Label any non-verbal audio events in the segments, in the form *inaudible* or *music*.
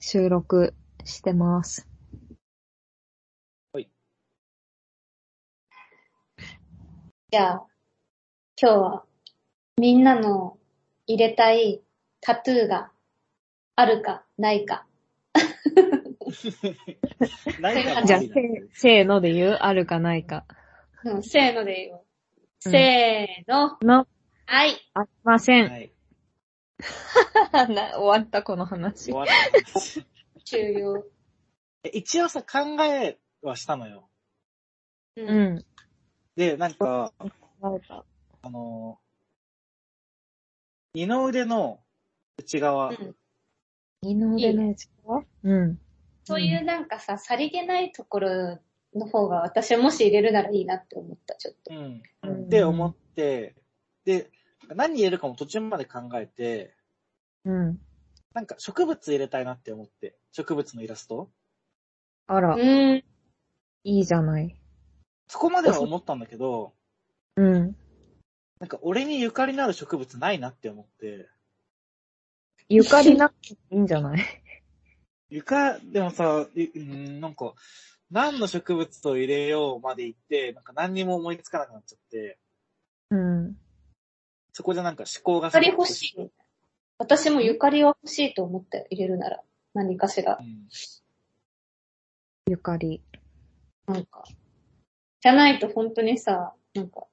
収録してますはい。じゃあ、今日はみんなの入れたいタトゥーがあるかないか。 *laughs* ないかじゃあ、せないなせーので言うあるかないか。うん、せーので言おう。うんせーの。の、はい。ありません。はい。 *laughs* な終わった、この話終。わった。終了。え一応さ、考えはしたのよ。うう。ん。で、なんか、終わあのー二の腕の内側、うん二の腕のやつはうん。そういうなんかさ、さりげないところの方が私はもし入れるならいいなって思った、ちょっと。うん、うんって思って、で、何入れるかも途中まで考えて、うん。なんか植物入れたいなって思って、植物のイラストあらう、ん。いいじゃない。そこまでは思ったんだけど、うん。なんか俺にゆかりのある植物ないなって思って、ゆかりなくていいんじゃないゆか、でもさ、いうん、なんか、何の植物を入れようまで行って、なんか何にも思いつかなくなっちゃって、 *laughs* うん。そこでなんか思考がゆかり欲しい。私もゆかりは欲しいと思ったよ、入れるなら。何かしらう。んゆかり。なんか。じゃないと本当にさ、なんか、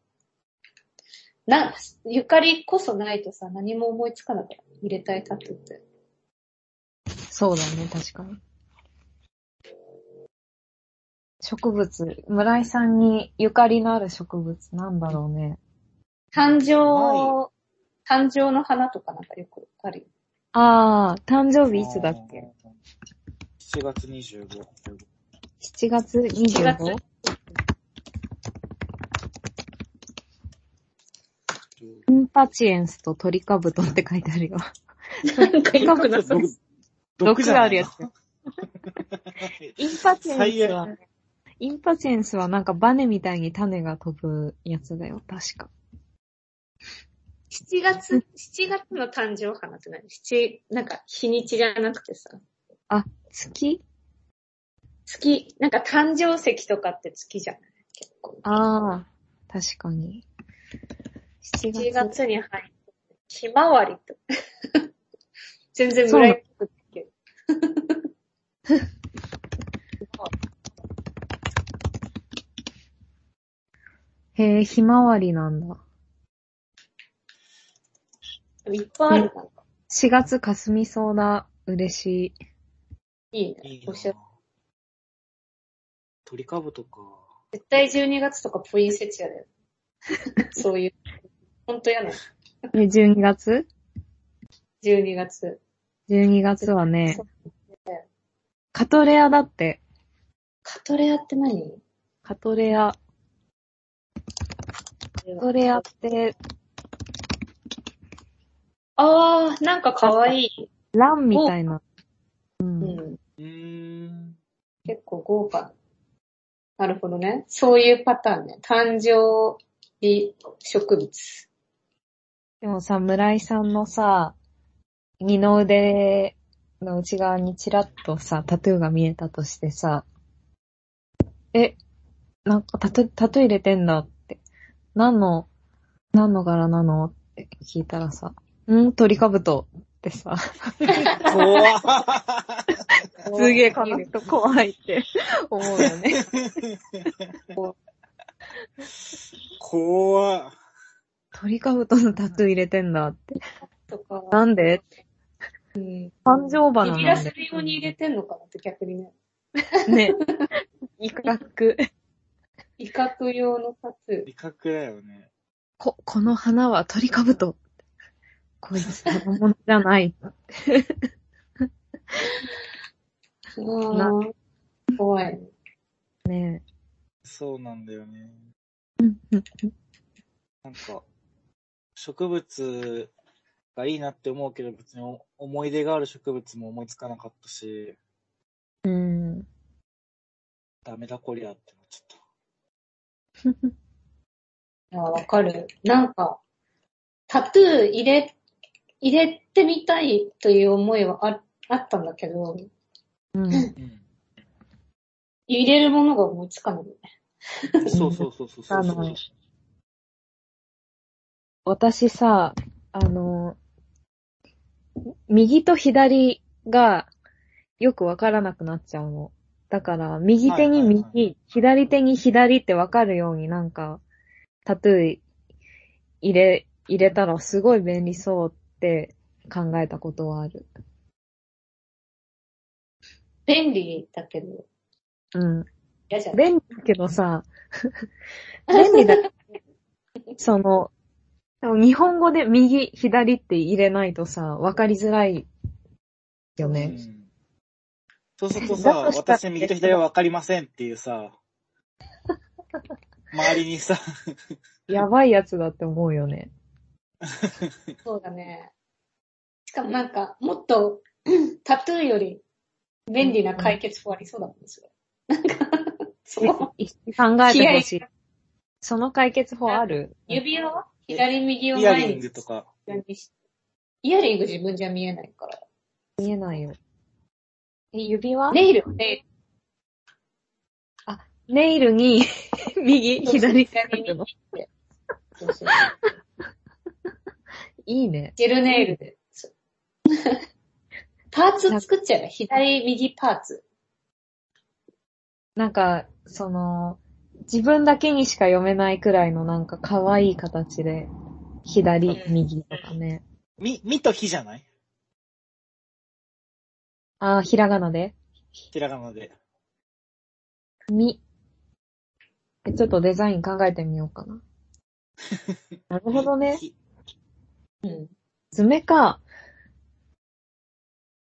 な、ゆかりこそないとさ、何も思いつかなくない入れたいタトゥーって。そうだね、確かに。植物。村井さんにゆかりのある植物なんだろうね。誕生、誕生の花とかなんかよくあるよ。あー、誕生日いつだっけ ?7 月25。 ?7 月 25? 7月ピンパチエンスとトリカブトって書いてあるよ。なんか今くな毒毒じゃがなあいるやつ。インパチエンスは、インパチエンスはなんかバネみたいに種が飛ぶやつだよ、確か。 7月、7月の誕生花って何七なんか日にちじゃなくてさ、あ、月月、なんか誕生石とかって月じゃない結構。ああ、確かに。7 7月。月に入って、ひまわりと。 *laughs* 全然村井っぽくないけど。へえ、ひまわりなんだ。いっぱいあるなんか。 4月霞みそうだ。嬉しい。いいいねい。なおしゃれ鳥かぶとか。絶対12月とかポインセチアだ *laughs* よ。そういう。ほんと嫌なの。え、12月12月。 ?12 月はねそう、カトレアだって。カトレアって何カトレア。カトレアって、あー、なんか可愛い。ランみたいな。う。うんん。うーん。結構豪華。なるほどね。そういうパターンね。誕生日植物。でもさ、村井さんのさ、二の腕の内側にちらっとさ、タトゥーが見えたとしてさ、え、なんかタトゥー、タトゥー入れてんだって。何の、何の柄なのって聞いたらさ、ん鳥かぶとってさ、怖っすげえこの人怖いって思うよね。怖っ *laughs* 鳥かぶとのタトゥー入れてんだって。とか。なんでうん。誕生花なんで。ビビらせるように入れてんのかなって逆にね。ね。威嚇。威嚇用のタトゥー。威嚇だよね。こ、この花は鳥かぶと。こいつ、本物じゃない。あー怖い。ねそうなんだよね。え。うんうんなんか、植物がいいなって思うけど、別にお思い出がある植物も思いつかなかったし、うん。うん。ダメだこりゃってなっちゃっあーわかる。なんか、タトゥー入れ、入れてみたいという思いはあっあったんだけど、うん。うん。入れるものが思いつかない。そうそうそうそうそうそう。私さ、あの、右と左がよくわからなくなっちゃうの。だから、右手に右、はいはい左手に左ってわかるようになんか、タトゥー入れ、入れたらすごい便利そうって考えたことはある。便利だけど、うん。嫌じゃん。便利だけどさ、 *laughs* 便利だ。その、でも日本語で右、左って入れないとさ、わかりづらいようね。んそうするとださ、としたら私右と左はわかりませんっていうさ、周りにさ、やばいやつだって思うよね。そうだね。しかもなんか、もっと、 *clears throat* タトゥーより便利な解決法ありそうだもんね、それ。な *laughs* んか、そう。一緒に考えてほしい。その解決法ある指輪は左右をイヤ前リンにグとか。イヤリング自分じゃ見えないから。見えないよ。え指輪ネイル、ネイル。ネイルに右、そうそう左って書くの。そうそういいね。ジェルネイルで。そうパーツ作っちゃえば、左右パーツ。なんか、その、自分だけにしか読めないくらいのなんか可愛い形で、左、右とかね。み、みとひじゃないあー、ひらがなで。ひらがなで。み。えちょっとデザイン考えてみようかな。なるほどね。ひうん。爪か。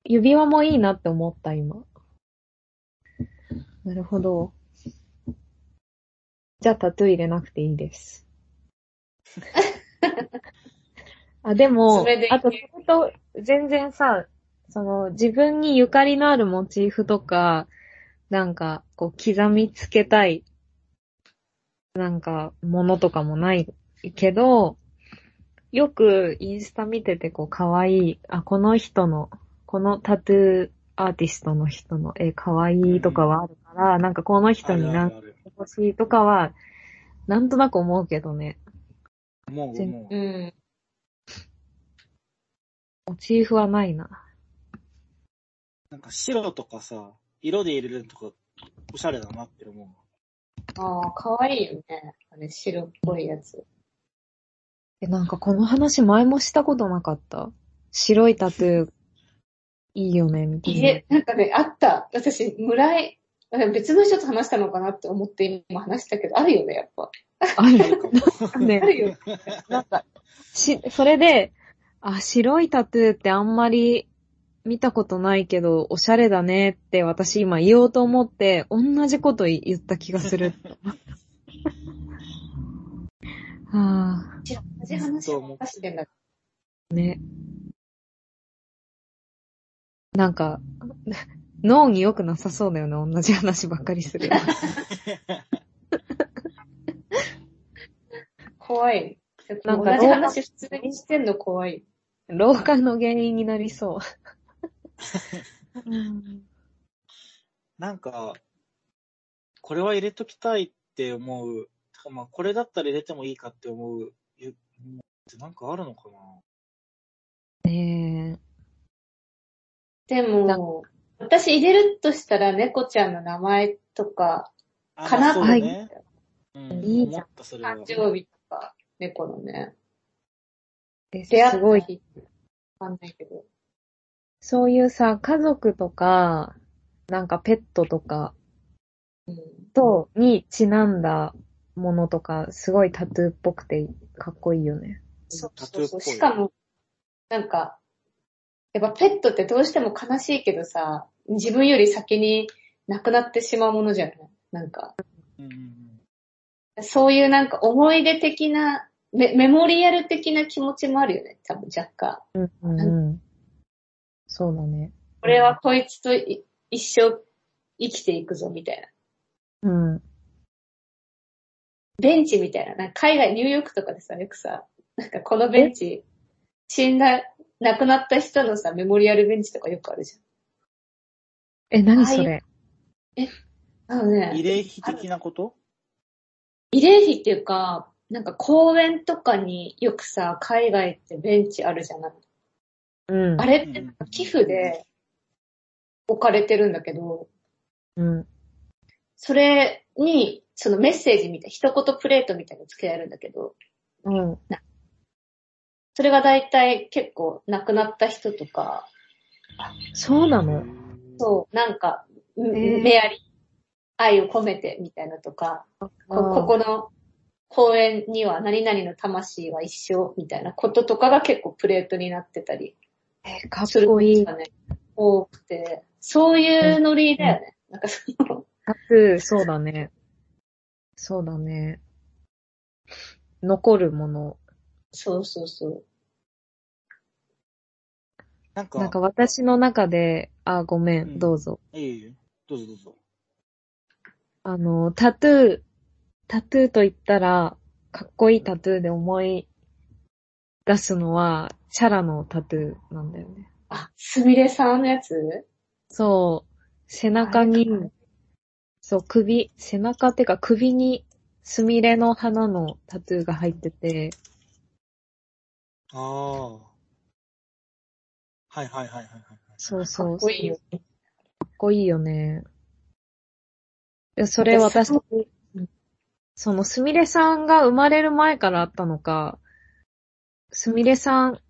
指輪もいいなって思った、今。なるほど。じゃあタトゥー入れなくていい *laughs* です。あ、でもそれでい、けあと、それと、全然さ、その、自分にゆかりのあるモチーフとか、なんか、こう、刻みつけたい、なんか、ものとかもないけど、よくインスタ見てて、こう、可愛い、あ、この人の、このタトゥーアーティストの人の絵可愛いとかはあるから、なんかこの人にあなんるある欲しいとかは、なんとなく思うけどね。あるもう、もう。うん。モチーフはないな。なんか白とかさ、色で入れるとか、おしゃれだなって思ああ、かわいいよね。あれ、白っぽいやつ。え、なんかこの話前もしたことなかった。白いタトゥー、いいよね、みたいいな。え、なんかね、あった。私、村井、別の人と話したのかなって思って今話したけど、あるよね、やっぱ。あう。あるかも。るあね。るよ。なんか、し、それで、あ、白いタトゥーってあんまり見たことないけど、おしゃれだねって私今言おうと思って、同じこと言った気がす *laughs* る。あ同じ話を出してんだ。あ、ね。なんか、脳に良くなさそうだよね。同じ話ばっかりする。 *laughs* 怖い。なんか同じ話普通にしてんの怖い。老化の原因になりそう。なんか、これは入れときたいって思う。まあ、これだったら入れてもいいかって思う。ゆってなんかあるのかなねでも、私入れるとしたら猫ちゃんの名前とか、あかまなあそうはねい。うんいいじ思ゃんった、それは誕。生日とか、猫のね。え。え出会すっごたい。日。わかんないけど。そういうさ、家族とか、なんかペットとかうん。と、にちなんだものとか、すごいタトゥーっぽくてかっこいいよね。そうタそトゥーうっぽそ。いうしかも、なんか、やっぱペットってどうしても悲しいけどさ、自分より先に亡くなってしまうものじゃないなんか、うんうんうんそういうなんか思い出的な、メメモリアル的な気持ちもあるよね、多分若干。うんうんうん。そうだね。俺はこいつとい一生生きていくぞ、みたいな。うん。ベンチみたいな。なんか海外、ニューヨークとかでさ、よくさ、なんかこのベンチ、死んだ、亡くなった人のさ、メモリアルベンチとかよくあるじゃん。え、何それなのね、慰霊碑的なこと慰霊碑っていうか、なんか公園とかによくさ、海外ってベンチあるじゃない。うんあ。れってなんか寄付で置かれてるんだけど、うん。それに、そのメッセージみたい、一言プレートみたいに付けられるんだけど、うん。それが大体結構亡くなった人とか、そうなのそう、なんか、へーメアリー、愛を込めてみたいなとか、こあーここの公園には何々の魂は一生みたいなこととかが結構プレートになってたりえ、かっするこいい。がね、多くて、そういうノリだよね。なんかその、タトゥー、そうだね。そうだね。残るもの。そうそうそう。なんか、なんか私の中で、あ、ごめうんん、どうぞ。いえいえ、どうぞどうぞ。あの、タトゥー、タトゥーと言ったら、かっこいいタトゥーで思い出すのは、シャラのタトゥーなんだよね。あ、すみれさんのやつそう、背中に、そう、首、背中ってか首に、スミレの花のタトゥーが入ってて、ああ。はいはいはいはいはい。そうそうかっこいいよ。かっこいいよね。でそれ私私も、そのすみれさんが生まれる前からあったのか、すみれさん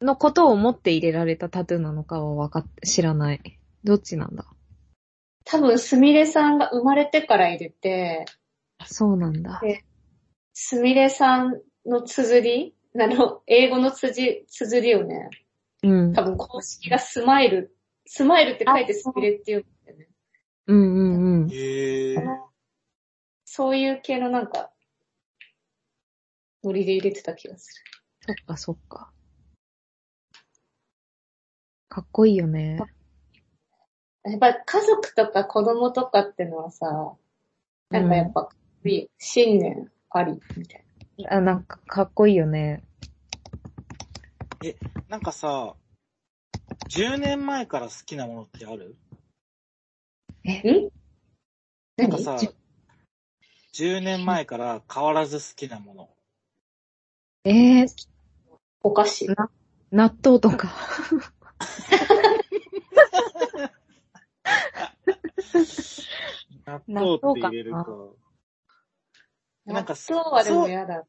のことを思って入れられたタトゥーなのかはわかっ、知らない。どっちなんだ多分、すみれさんが生まれてから入れて、そうなんだ。すみれさんの綴りあの、英語の綴り、綴りをね、うん。多分公式がスマイル、スマイルって書いてあスミレって言うんだよね。うんうんうん。へえ。そういう系のなんか、ノリで入れてた気がすそっかそっか。かっこいいよね。る。やっぱ家族とか子供とかってのはさ、なんかやっぱ、信念あり、みたいあ、なんかかっこいいよね。なんかさ、10年前から好きなものってあるな。んなん何かさじ、 10年前から変わらず好きなもの。ええー、お菓子。納豆とか。納豆って入れる納か。なんか納豆はでも嫌だ。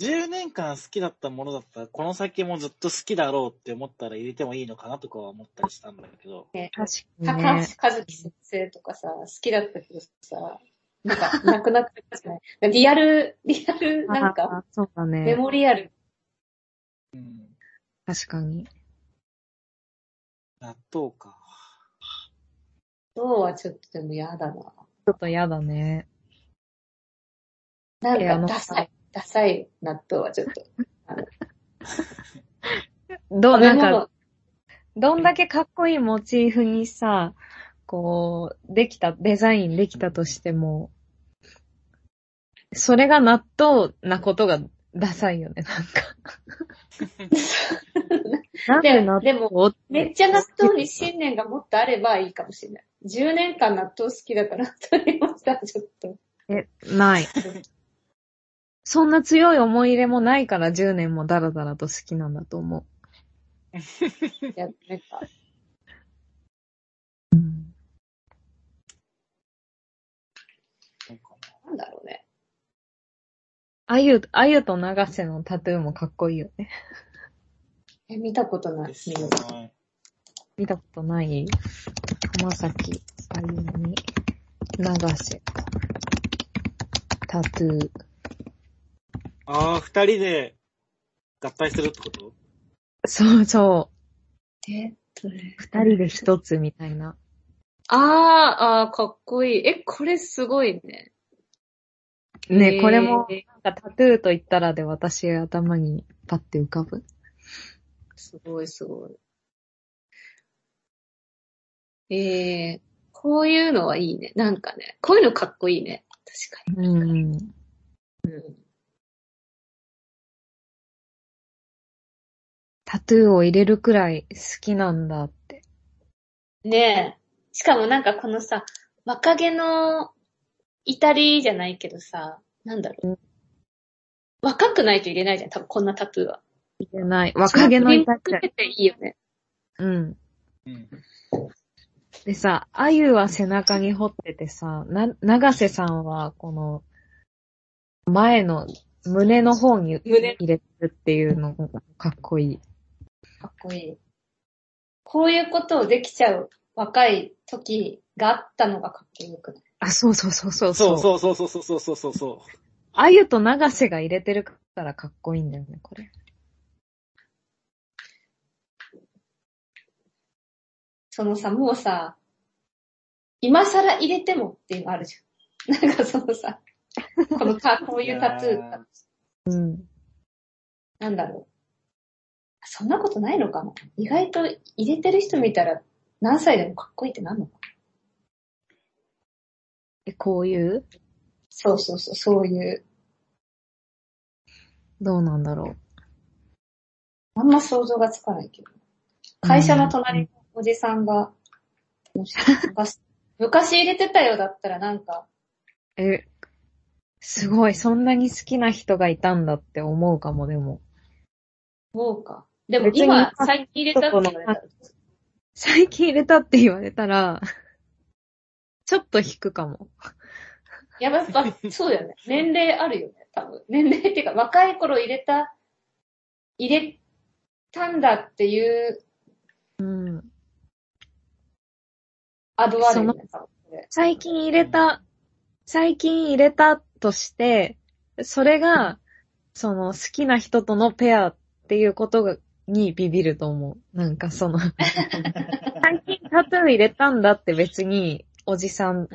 10年間好きだったものだったら、この先もずっと好きだろうって思ったら入れてもいいのかなとかは思ったりしたんだけど。確かに高ね。橋和樹先生とかさ、好きだったけどさ、なんか、亡くなってたじゃない。リアル、リアル、なんか、あ、そうだメね。モリアル。うん。確かに。納豆か。そうはちょっとでも嫌だな。ちょっと嫌だね。なんいやあのか、ダサい、ダサい納豆はちょっと。どう、食べなん物か、どんだけかっこいいモチーフにさ、こう、できた、デザインできたとしても、それが納豆なことがダサいよね、なんか。なんで納でも、豆をめっちゃ納豆に信念がもっとあればいいかもしれない。10年間納豆好きだから納豆にました、ちょっと。え、ない。そんな強い思い入れもないから10年もダラダラと好きなんだと思やめた。う。うん。そうかななんだろうね。あゆ、あゆと長瀬のタトゥーもかっこいいよね。え、見たことない。ですよね。見たことない浜崎あゆみ、長瀬、タトゥー。ああ、二人で合体するってことそうそう。えっとね。二人で一つみたいな。あー、あー、かっこいい。え、これすごいね。ね、これも、えーなんかタトゥーと言ったらで私頭にパッて浮かぶ。すごいすごい。えー、こういうのはいいね。なんかね。こういうのかっこいいね。確かに。うん。タトゥーを入れるくらい好きなんだってねえ。しかもなんかこのさ、若気の至りじゃないけどさ、なんだろう。若くないと入れないじゃん、多分こんなタトゥーは。いけない。若気の至っちちゃい。ていいよね。うん。うん。でさ、あゆは背中に掘っててさ、な、長瀬さんは、この、前の胸の方に胸入れてるっていうのがかっこいい。かっこいい。こういうことをできちゃう若い時があったのがかっこよくないあ、そうそうそうそうそうそうそうそうそうそうそうそあゆと長瀬が入れてるからかっこいいんだよね、これ。そのさ、もうさ、今更入れてもっていうのあるじゃん。なんかそのさ、このタ、こういうタトゥいーやー、うん。なんだろう。そんなことないのかな意外と入れてる人見たら何歳でもかっこいいってなんのかなえ、こういうそうそうそう、そういう。どうなんだろあんま想像がつかないけど。会社の隣のおじさんが、もし昔昔入れてたよだったらなんか、う。え、すごい、そんなに好きな人がいたんだって思うかも、でも。そうか。でも別に今、最近入れたって言われたら、最近入れたって言われたら、ちょっと引くかも。やっぱ、そうだよね。年齢あるよね、多分。年齢っていうか、若い頃入れた、入れたんだっていううん。アドはあるよね、多分これ。最近入れた、最近入れたとして、それが、その好きな人とのペアっていうことが、にビビると思う。なんかその、 *laughs* 最近タトゥー入れたんだって別に、おじさん、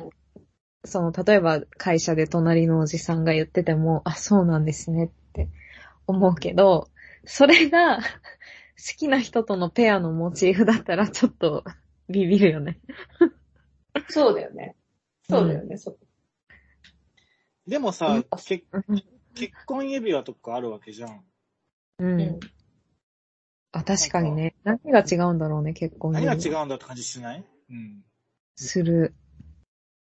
その、例えば会社で隣のおじさんが言ってても、あ、そうなんですねって思うけど、それが、好きな人とのペアのモチーフだったらちょっとビビるよね。そうだよね。そうだよね、そこ。でもさ、結うん結婚指輪とかあるわけじゃん。ううんん。あ、確かにね。何が違うんだろうね、結婚何指が輪違うんだって感じしないうん。する。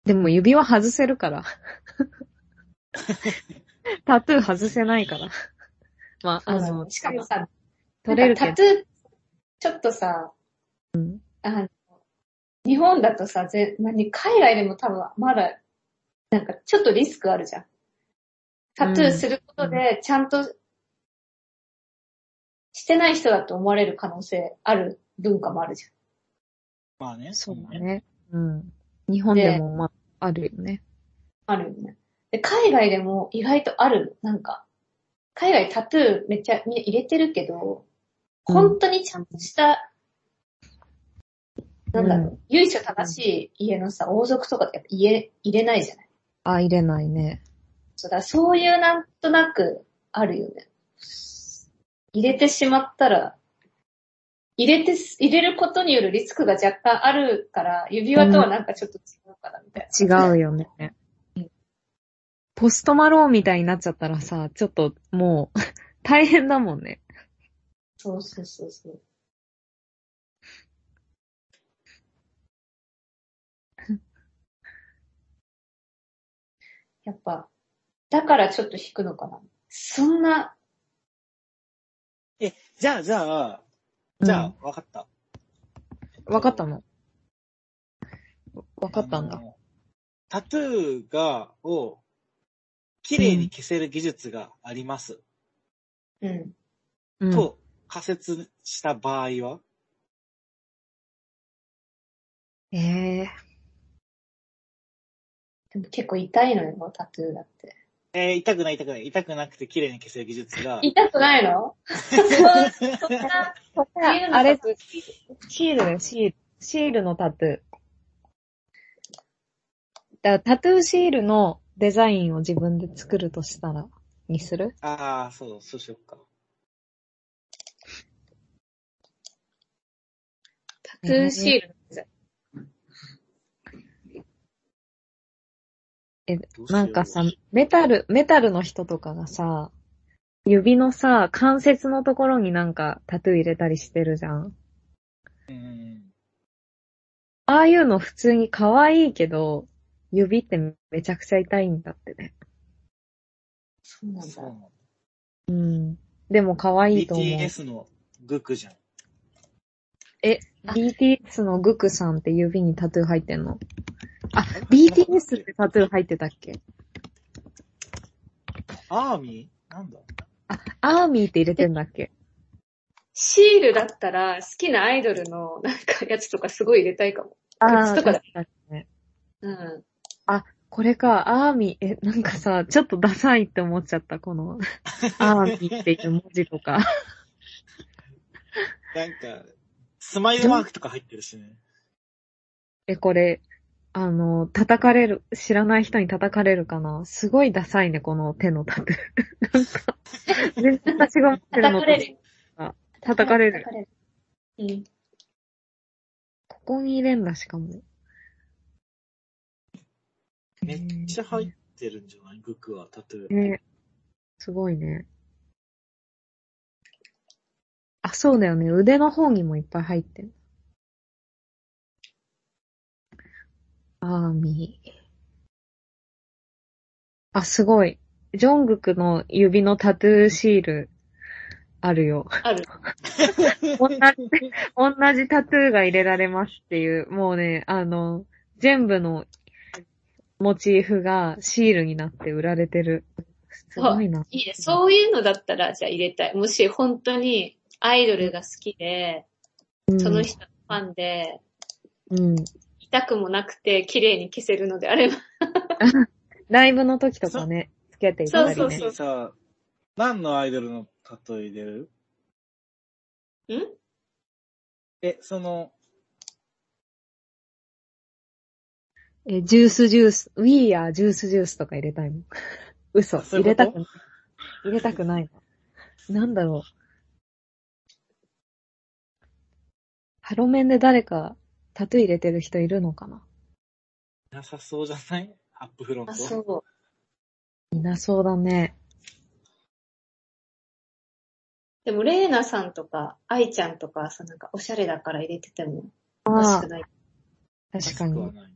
でも指輪外せる *laughs* から。タトゥー外せないから。まあ、あそうだの、ねしかもさ、取れるなんかけど。タトゥー、ちょっとさ、あの日本だとさ、ぜ何海外でも多分まだ、なんかちょっとリスクあるじゃん。タトゥーすることで、ちゃんと、してない人だと思われる可能性ある文化もあるじまあね。そうだ。ね。うん。日本でも、まあ、あるよね。ゃん。あるよね。で、海外でも意外とあるのなんか、海外タトゥーめっちゃみんな入れてるけど、うん本当にちゃんとした、なんだろう、う由緒正しい家のさ、王族とかってやっぱ家、入れないじゃないあ、入れないね。そうだ、そういうなんとなくあるよね。入れてしまったら、入れてす、入れることによるリスクが若干あるから、指輪とはなんかちょっと違うかな、みたい違うよね。ポストマローンみたいになっちゃったらさ、ちょっともう、大変だもんね。な。そうそうそうそう。やっぱ、だからちょっと引くのかな。そんな、え、じゃあ、じゃあ、じゃあ、わかった。わかったのわかったんあだ。の。タトゥーが、を、綺麗に消せる技術があります。うん。うんと、仮説した場合は、ええでも結構痛いのよ、タトゥーだって。えー痛くない痛くない。痛くなくて綺麗に消せる技術が、痛くないのそんな、あれ、シールだよ、シール。シールのタトゥー。だからタトゥーシールのデザインを自分で作るとしたら、にするああ、そう、そうしよっか。タトゥーシールのデザイン。えどう、しようなんかさ、メタル、メタルの人とかがさ、指のさ、関節のところになんかタトゥー入れたりしてるじゃん。うん。ああいうの普通に可愛いけど、指ってめちゃくちゃ痛いんだってね。そうなんそうだ。なのうん。でも可愛いと思う。 BTS のグクじゃん。 BTS のグクさんって指にタトゥー入ってんのあえ、 BTS ってタトゥー入ってたっけアーミーなんだあ、アーミーって入れてんだっけシールだったら好きなアイドルのなんかやつとかすごい入れたいかも。あー靴とかだ確にね。うん。これか、アーミー、え、なんかさ、ちょっとダサいって思っちゃった、こ *laughs* の、アーミーっていう文字とか。なんか、スマイルマークとか入ってるしね。え、これ、あの、叩かれる、知らない人に叩かれるかなすごいダサいね、この手の *laughs* タトゥー。なんか、全然私が持ってる叩のかとれる。叩かれる。叩かれる。うん。ここに入れんだ、しかも。めっちゃ入ってるんじゃないグクは、タトゥー。ね。すごいね。あ、そうだよね。腕の方にもいっぱい入ってる。アーミー。あ、すごい。ジョングクの指のタトゥーシール、あるよ。ある。 *laughs* 同じ、 *laughs* 同じタトゥーが入れられますっていう、もうね、あの、全部のモチーフがシールになって売られてる。すごいな。いいね。そういうのだったら、じゃあ入れたい。もし本当にアイドルが好きで、うんその人のファンで、うん。痛くもなくて綺麗に消せるのであれば。ライブの時とかね、つけていたりね。そうそうそうさ、何のアイドルのタトゥー入れるんえ、その、え、ジュースジュース、We are ジュースジュースとか入れたいもん。 *laughs* 嘘、そうい入うれことたくない。入れたくないな。なんだろう。ハロメンで誰かタトゥー入れてる人いるのかななさそうじゃないアップフロント。あ、そいなそうだね。う。でも、レイナさんとか、愛ちゃんとか、さ、なんか、おしゃれだから入れてても、おかしあくない。あ、確かまにず。くはない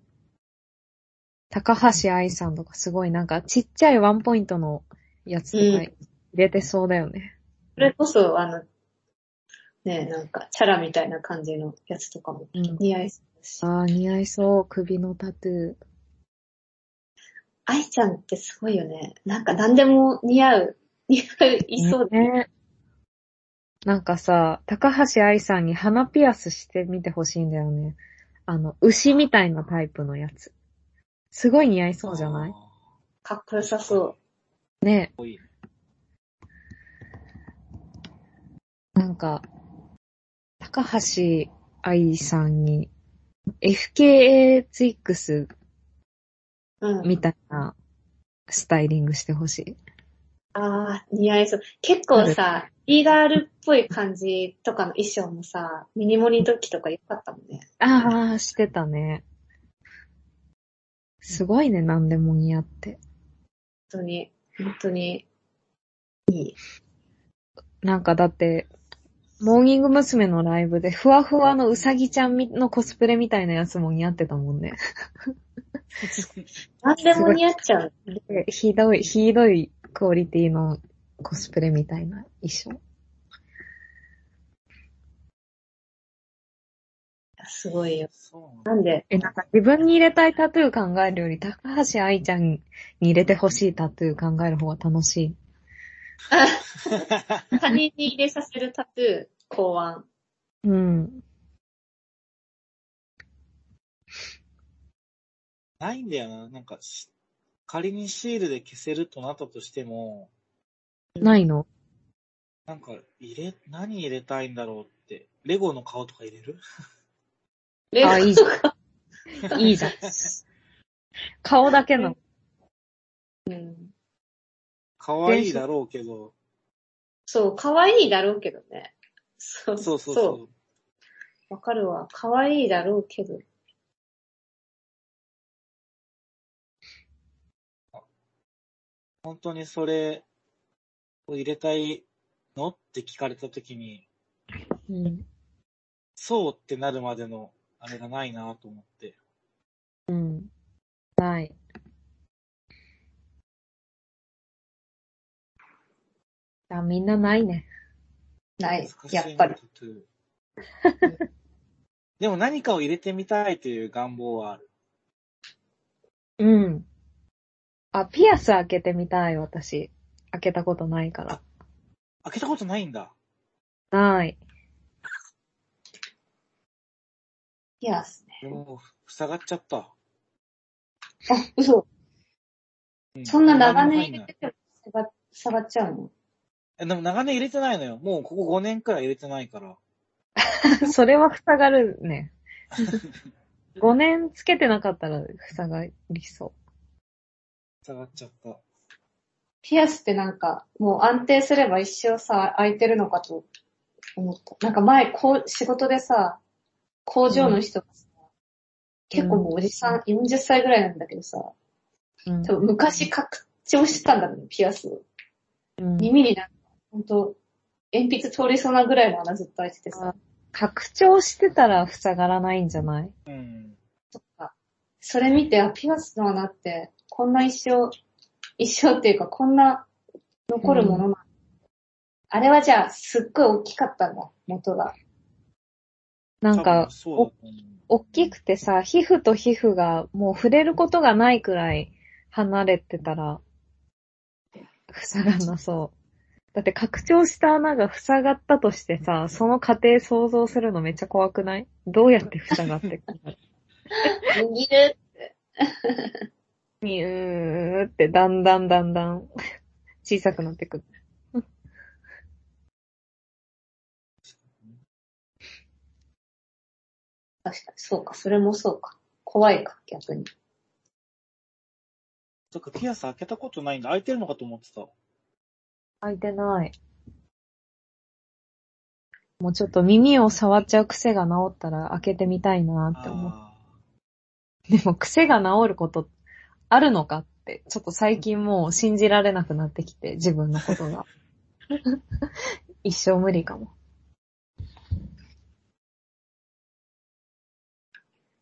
高橋愛さんとかすごいなんかちっちゃいワンポイントのやつとか入れてそうだよね。それこそ、あの、ねなんか、チャラみたいな感じのやつとかもうん。似合いそうだし。ああ、似合いそう。首のタトゥー。愛ちゃんってすごいよね。なんか、何でも似合う。似合う、いそうで。ね。なんかさ、高橋愛さんに鼻ピアスしてみてほしいんだよね。あの、牛みたいなタイプのやつ。すごい似合いそうじゃないあかっこよさそう。ねーかっこいいねなんか、高橋愛さんに、FKA ツイックスうん。みたいなスタイリングしてほしい。ああ、似合いそう。結構さ、イーガールっぽい感じとかの衣装もさ、ミニモニ時とか良かったもんね。ああ、してたね。すごいね、何でも似合って。本当に、本当に。なんかだって、モーニング娘。のライブで、ふわふわのうさぎちゃんみのコスプレみたいなやつも似合ってたもんね。何でも似合っちゃう。でひどい、ひどいクオリティのコスプレみたいな衣装。すごいよ。そうなんで、え、なんか自分に入れたいタトゥー考えるより、高橋愛ちゃんに入れてほしいタトゥー考える方が楽しい。他人に入れさせるタトゥー考案。うん。ないんだよな。なんかし、仮にシールで消せるとなったとしても、ないのなんか、入れ、何入れたいんだろうって。レゴの顔とか入れるレあ、いいゴじゃん。いいじゃん。顔だけの。うん可愛いだろうけど。そう、可愛いだろうけどね。そうそうそうそう。うわかるわ。可愛いだろうけど。本当にそれを入れたいのって聞かれたときに、うん。そうってなるまでのあれがないなと思って。うん。ない。あ、みんなないね。ない難。しいなやっぱり。。タトゥーでも何かを入れてみたいという願望はある。うん。あ、ピアス開けてみたい、私。開けたことないから。開けたことないんだ。ない。 *laughs* ピアスね。でもう、塞がっちゃった。あ、嘘。うそんな長何も年入入んなれいてても下が下がっちゃうのえでも長年入れてないのよ。もうここ5年くらい入れてないから。それは塞がるね。5年つけてなかったら塞がりそ塞がっちゃった。ピアスってなんか、もう安定すれば一生さ、空いてるのかと思った。なんか前、こう、仕事でさ、工場の人がさ、結構もうおじさん、40歳ぐらいなんだけどさ、う。うん多分昔拡張してたんだろうね、ピアスを。うん耳になんか、ほんと、鉛筆通りそうなぐらいの穴ずっと開いててさ、拡張してたら塞がらないんじゃないうん。それ見て、あ、ピアスの穴って、こんな一生、一生っていうか、こんな残るものなの、あれはじゃあ、すっごい大きかったんだ、元が。なん多か分、そうだと思う大きくてさ、皮膚と皮膚がもう触れることがないくらい離れてたら、塞がんなそう。だって拡張した穴が塞がったとしてさ、その過程想像するのめっちゃ怖くないどうやって塞がってくる握るにゅーってだんだんだんだん小さくなってくる。確かに、そうか、それもそうか。怖いか、逆に。だからピアス開けたことないんだ。開いてるのかと思ってた。開いてない。もうちょっと耳を触っちゃう癖が治ったら開けてみたいなって思っあでも癖が治ることあるのかって、ちょっと最近もう信じられなくなってきて、自分のことが。 *laughs* 一生無理かも。ー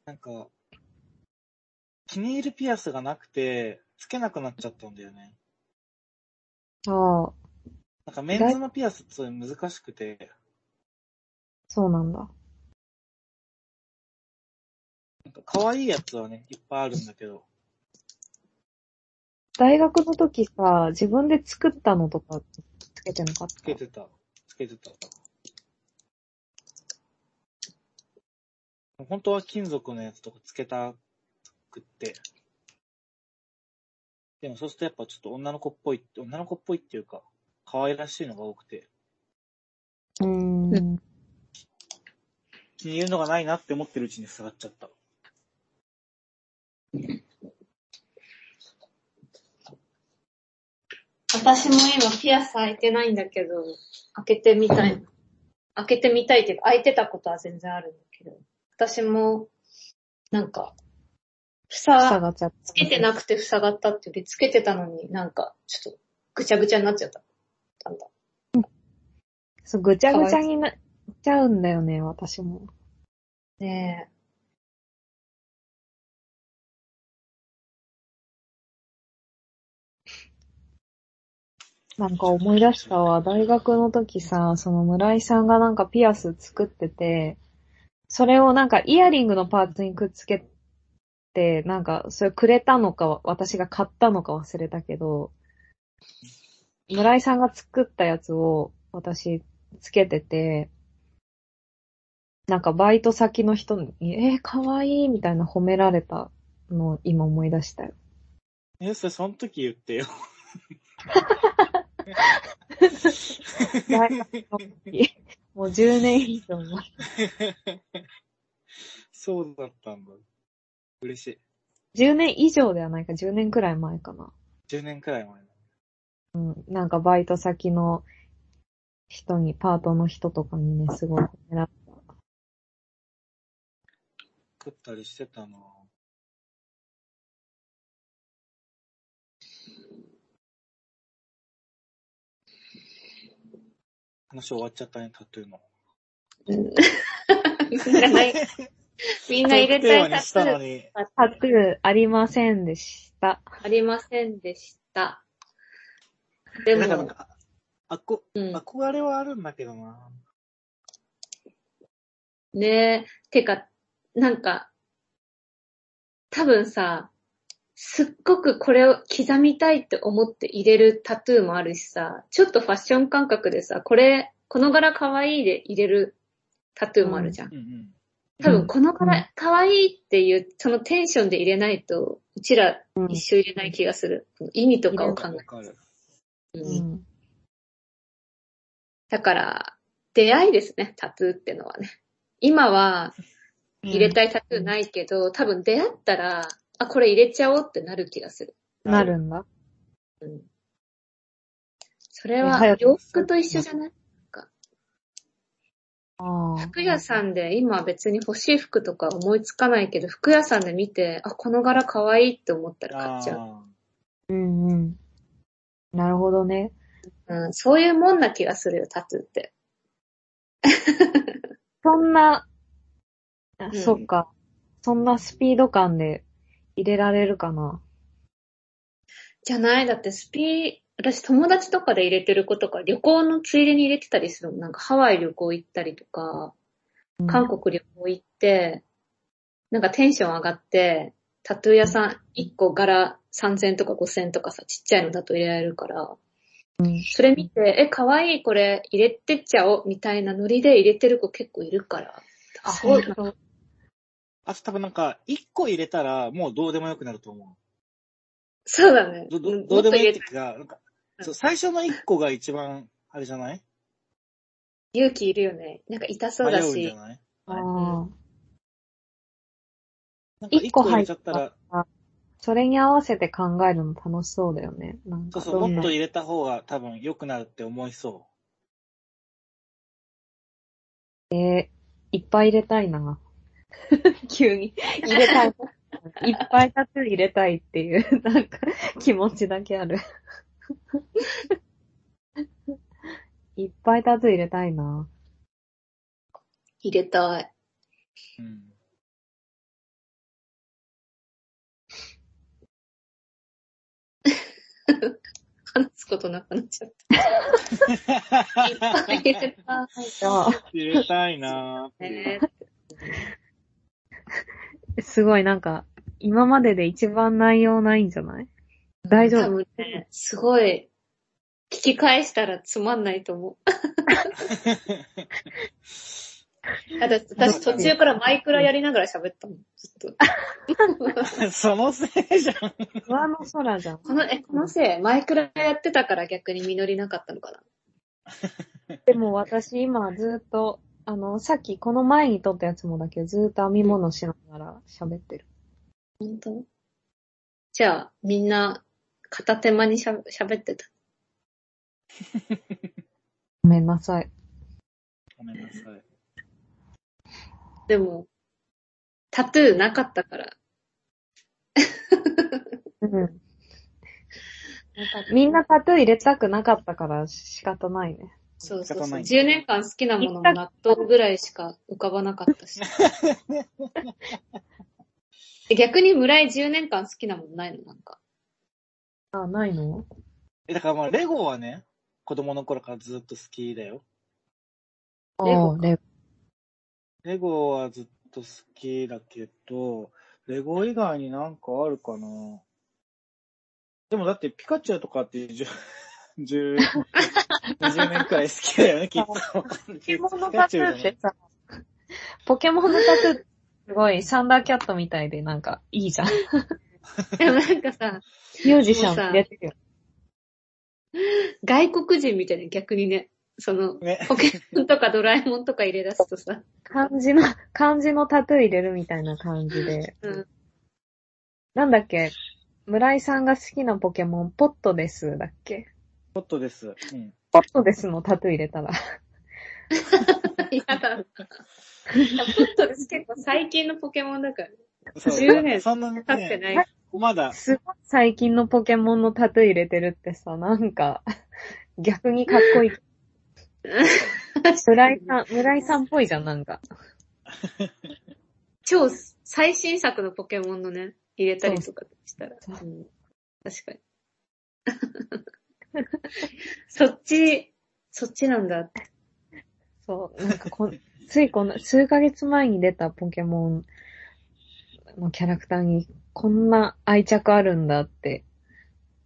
なんか、気に入るピアスがなくて、つけなくなっちゃったんだよね。ああ、なんかメンズのピアスって難しくて、そうなんだ。なんか可愛いやつはね、いっぱいあるんだけど、大学の時さ、自分で作ったのとかつけてなかっつたけ。てた。つけてた。本当は金属のやつとかつけたくって。でもそうするとやっぱちょっと女の子っぽい、女の子っぽいっていうか、可愛らしいのが多くて。うーん。気に入るのがないなって思ってるうちに塞がっちゃった。私も今ピアス開いてないんだけど、開けてみたい。開けてみたいっていうか、開いてたことは全然あるんだけど、私も、なんか、塞蓋、がっちゃった。つけてなくて塞がったっていうより、つけてたのになんか、ちょっと、ぐちゃぐちゃになっちゃった。なんだ。そう、ぐちゃぐちゃになっちゃうんだよね、私も。ねえ。なんか思い出したわ。大学の時さ、その村井さんがなんかピアス作ってて、それをなんかイヤリングのパーツにくっつけて、なんかそれくれたのか、私が買ったのか忘れたけど、村井さんが作ったやつを私つけてて、なんかバイト先の人に、えー、かわいいみたいな褒められたのを今思い出したよ。え、それその時言ってよ。大学の時もう10年 *laughs* 以上前。そうだったんだ。嬉しい。 10年以上ではないか、10年くらい前かな。 10年くらい前だ。なんかバイト先の人に、パートの人とかにね、すごい褒められ食ったりしてたな話終わっちゃったね、タトゥーの。 *laughs* うんじゃない。みんな入れたいタにしたのトゥーに。タトゥーありませんでした。ありませんでした。でなんかなんも、か、あこ、うん、憧れはあるんだけどな。ねえ、てか、なんか、多分さ、すっごくこれを刻みたいって思って入れるタトゥーもあるしさ、ちょっとファッション感覚でさ、これ、この柄可愛いで入れるタトゥーもあるじゃん。うんうん。多うん分このうん柄可愛いっていう、そのテンションで入れないと、うちら一生入れない気がする。意味とかを考わかる。えうる。うんん。だから、出会いですね、タトゥーってのはね。今は、入れたいタトゥーないけど、多分出会ったら、あ、これ入れちゃおうってなる気がする。なるんだ。うん。それはは、や洋服と一緒じゃないああ。服屋さんで、今別に欲しい服とか思いつかないけど、服屋さんで見て、あ、この柄可愛いって思ったら買っちゃう。あうんうん。なるほどね。うん、そういうもんな気がするよ、タトゥーって。そんな、あんそっか。そんなスピード感で入れられるかな。じゃないだってスピー、私友達とかで入れてる子とか、旅行のついでに入れてたりするもん。なんかハワイ旅行行ったりとか、うん韓国旅行行って、なんかテンション上がって、タトゥー屋さん1個柄3000とか5000とかさ、ちっちゃいのだと入れられるから、うんそれ見て、え、可愛いこれ入れてっちゃおうみたいなノリで入れてる子結構いるから。あ、そそううそう。あと多分なんか、一個入れたら、もうどうでもよくなると思そうだね。う。ど、うどんどうでもいいもっってというか、なんか、そう、最初の一個が一番、あれじゃない言え勇気いるよね。なんか痛そう迷だうんじゃし。ないあーなんか一個一個入入れっちゃったら、それに合わせて考えるの楽しそうだよね。なんかそうそどう、んもっなと入れた方が多分良くなるって思いそいっぱい入れたいな。 *laughs* 急に。入れたい。いっぱいタトゥー入れたいっていう、 *laughs* なんか、気持ちだけある。 *laughs* いっぱいタトゥー入れたいな。入れたい。う。うん。話すことなくなっちゃった。いっぱい入れたい。じゃあ、入れたいなーっていう。ねすごいなんか、今までで一番内容ないんじゃない大丈多夫分ね、すごい、聞き返したらつまんないと思う。だって私途中からマイクラやりながら喋ったもん、ずっと。 *laughs* そのせいじゃん。上の空じゃん。この、え、このせい、マイクラやってたから逆に実りなかったのかな。でも私今ずっと、あの、さっきこの前に撮ったやつもだけど、ずっと編み物しながら喋ってる。本当じゃあ、みんな、片手間にしゃ喋ってた。ごめんなさい。ごめんなさい。でも、タトゥーなかったから。うん。みんなタトゥー入れたくなかったから仕方ないね。そうそう仕方そなう。い10年間好きなものも納豆ぐらいしか浮かばなかった *laughs* し。え逆に村井10年間好きなものないのなんか。あ、ないのえ、だからまあ、レゴはね、子供の頃からずっと好きだよ。あレゴーレレゴはずっと好きだけど、レゴ以外になんかあるかなでもだってピカチュウとかって10、10 20年くらい好きだよね、きっ *laughs* と。ポケモンのタトゥーってさ、 *laughs* ポケモンのタトゥーってすごいサンダーキャットみたいでなんかいいじゃん。でもなんかさ、ミュージシャン入れてるよ。外国人みたいな逆にね、その、ね。ポケモンとかドラえもんとか入れ出すとさ、漢字の、漢字のタトゥー入れるみたいな感じで。うんなんだっけ村井さんが好きなポケモン、ポットですだっけホットです。うん。ポットですのタトゥー入れたら。嫌だ。ポ *laughs* ットです結構最近のポケモンだから、そう10年そんな経ってなね、い。まだ、すごい最近のポケモンのタトゥー入れてるってさ、なんか、逆にかっこいい。村井さん、村井さんっぽいじゃん、なんか。超最新作のポケモンのね、入れたりとかしたら。そううん確かに。 *laughs* そっち、そっちなんだって。そう、なんかこん、ついこの、数ヶ月前に出たポケモンのキャラクターに、こんな愛着あるんだって、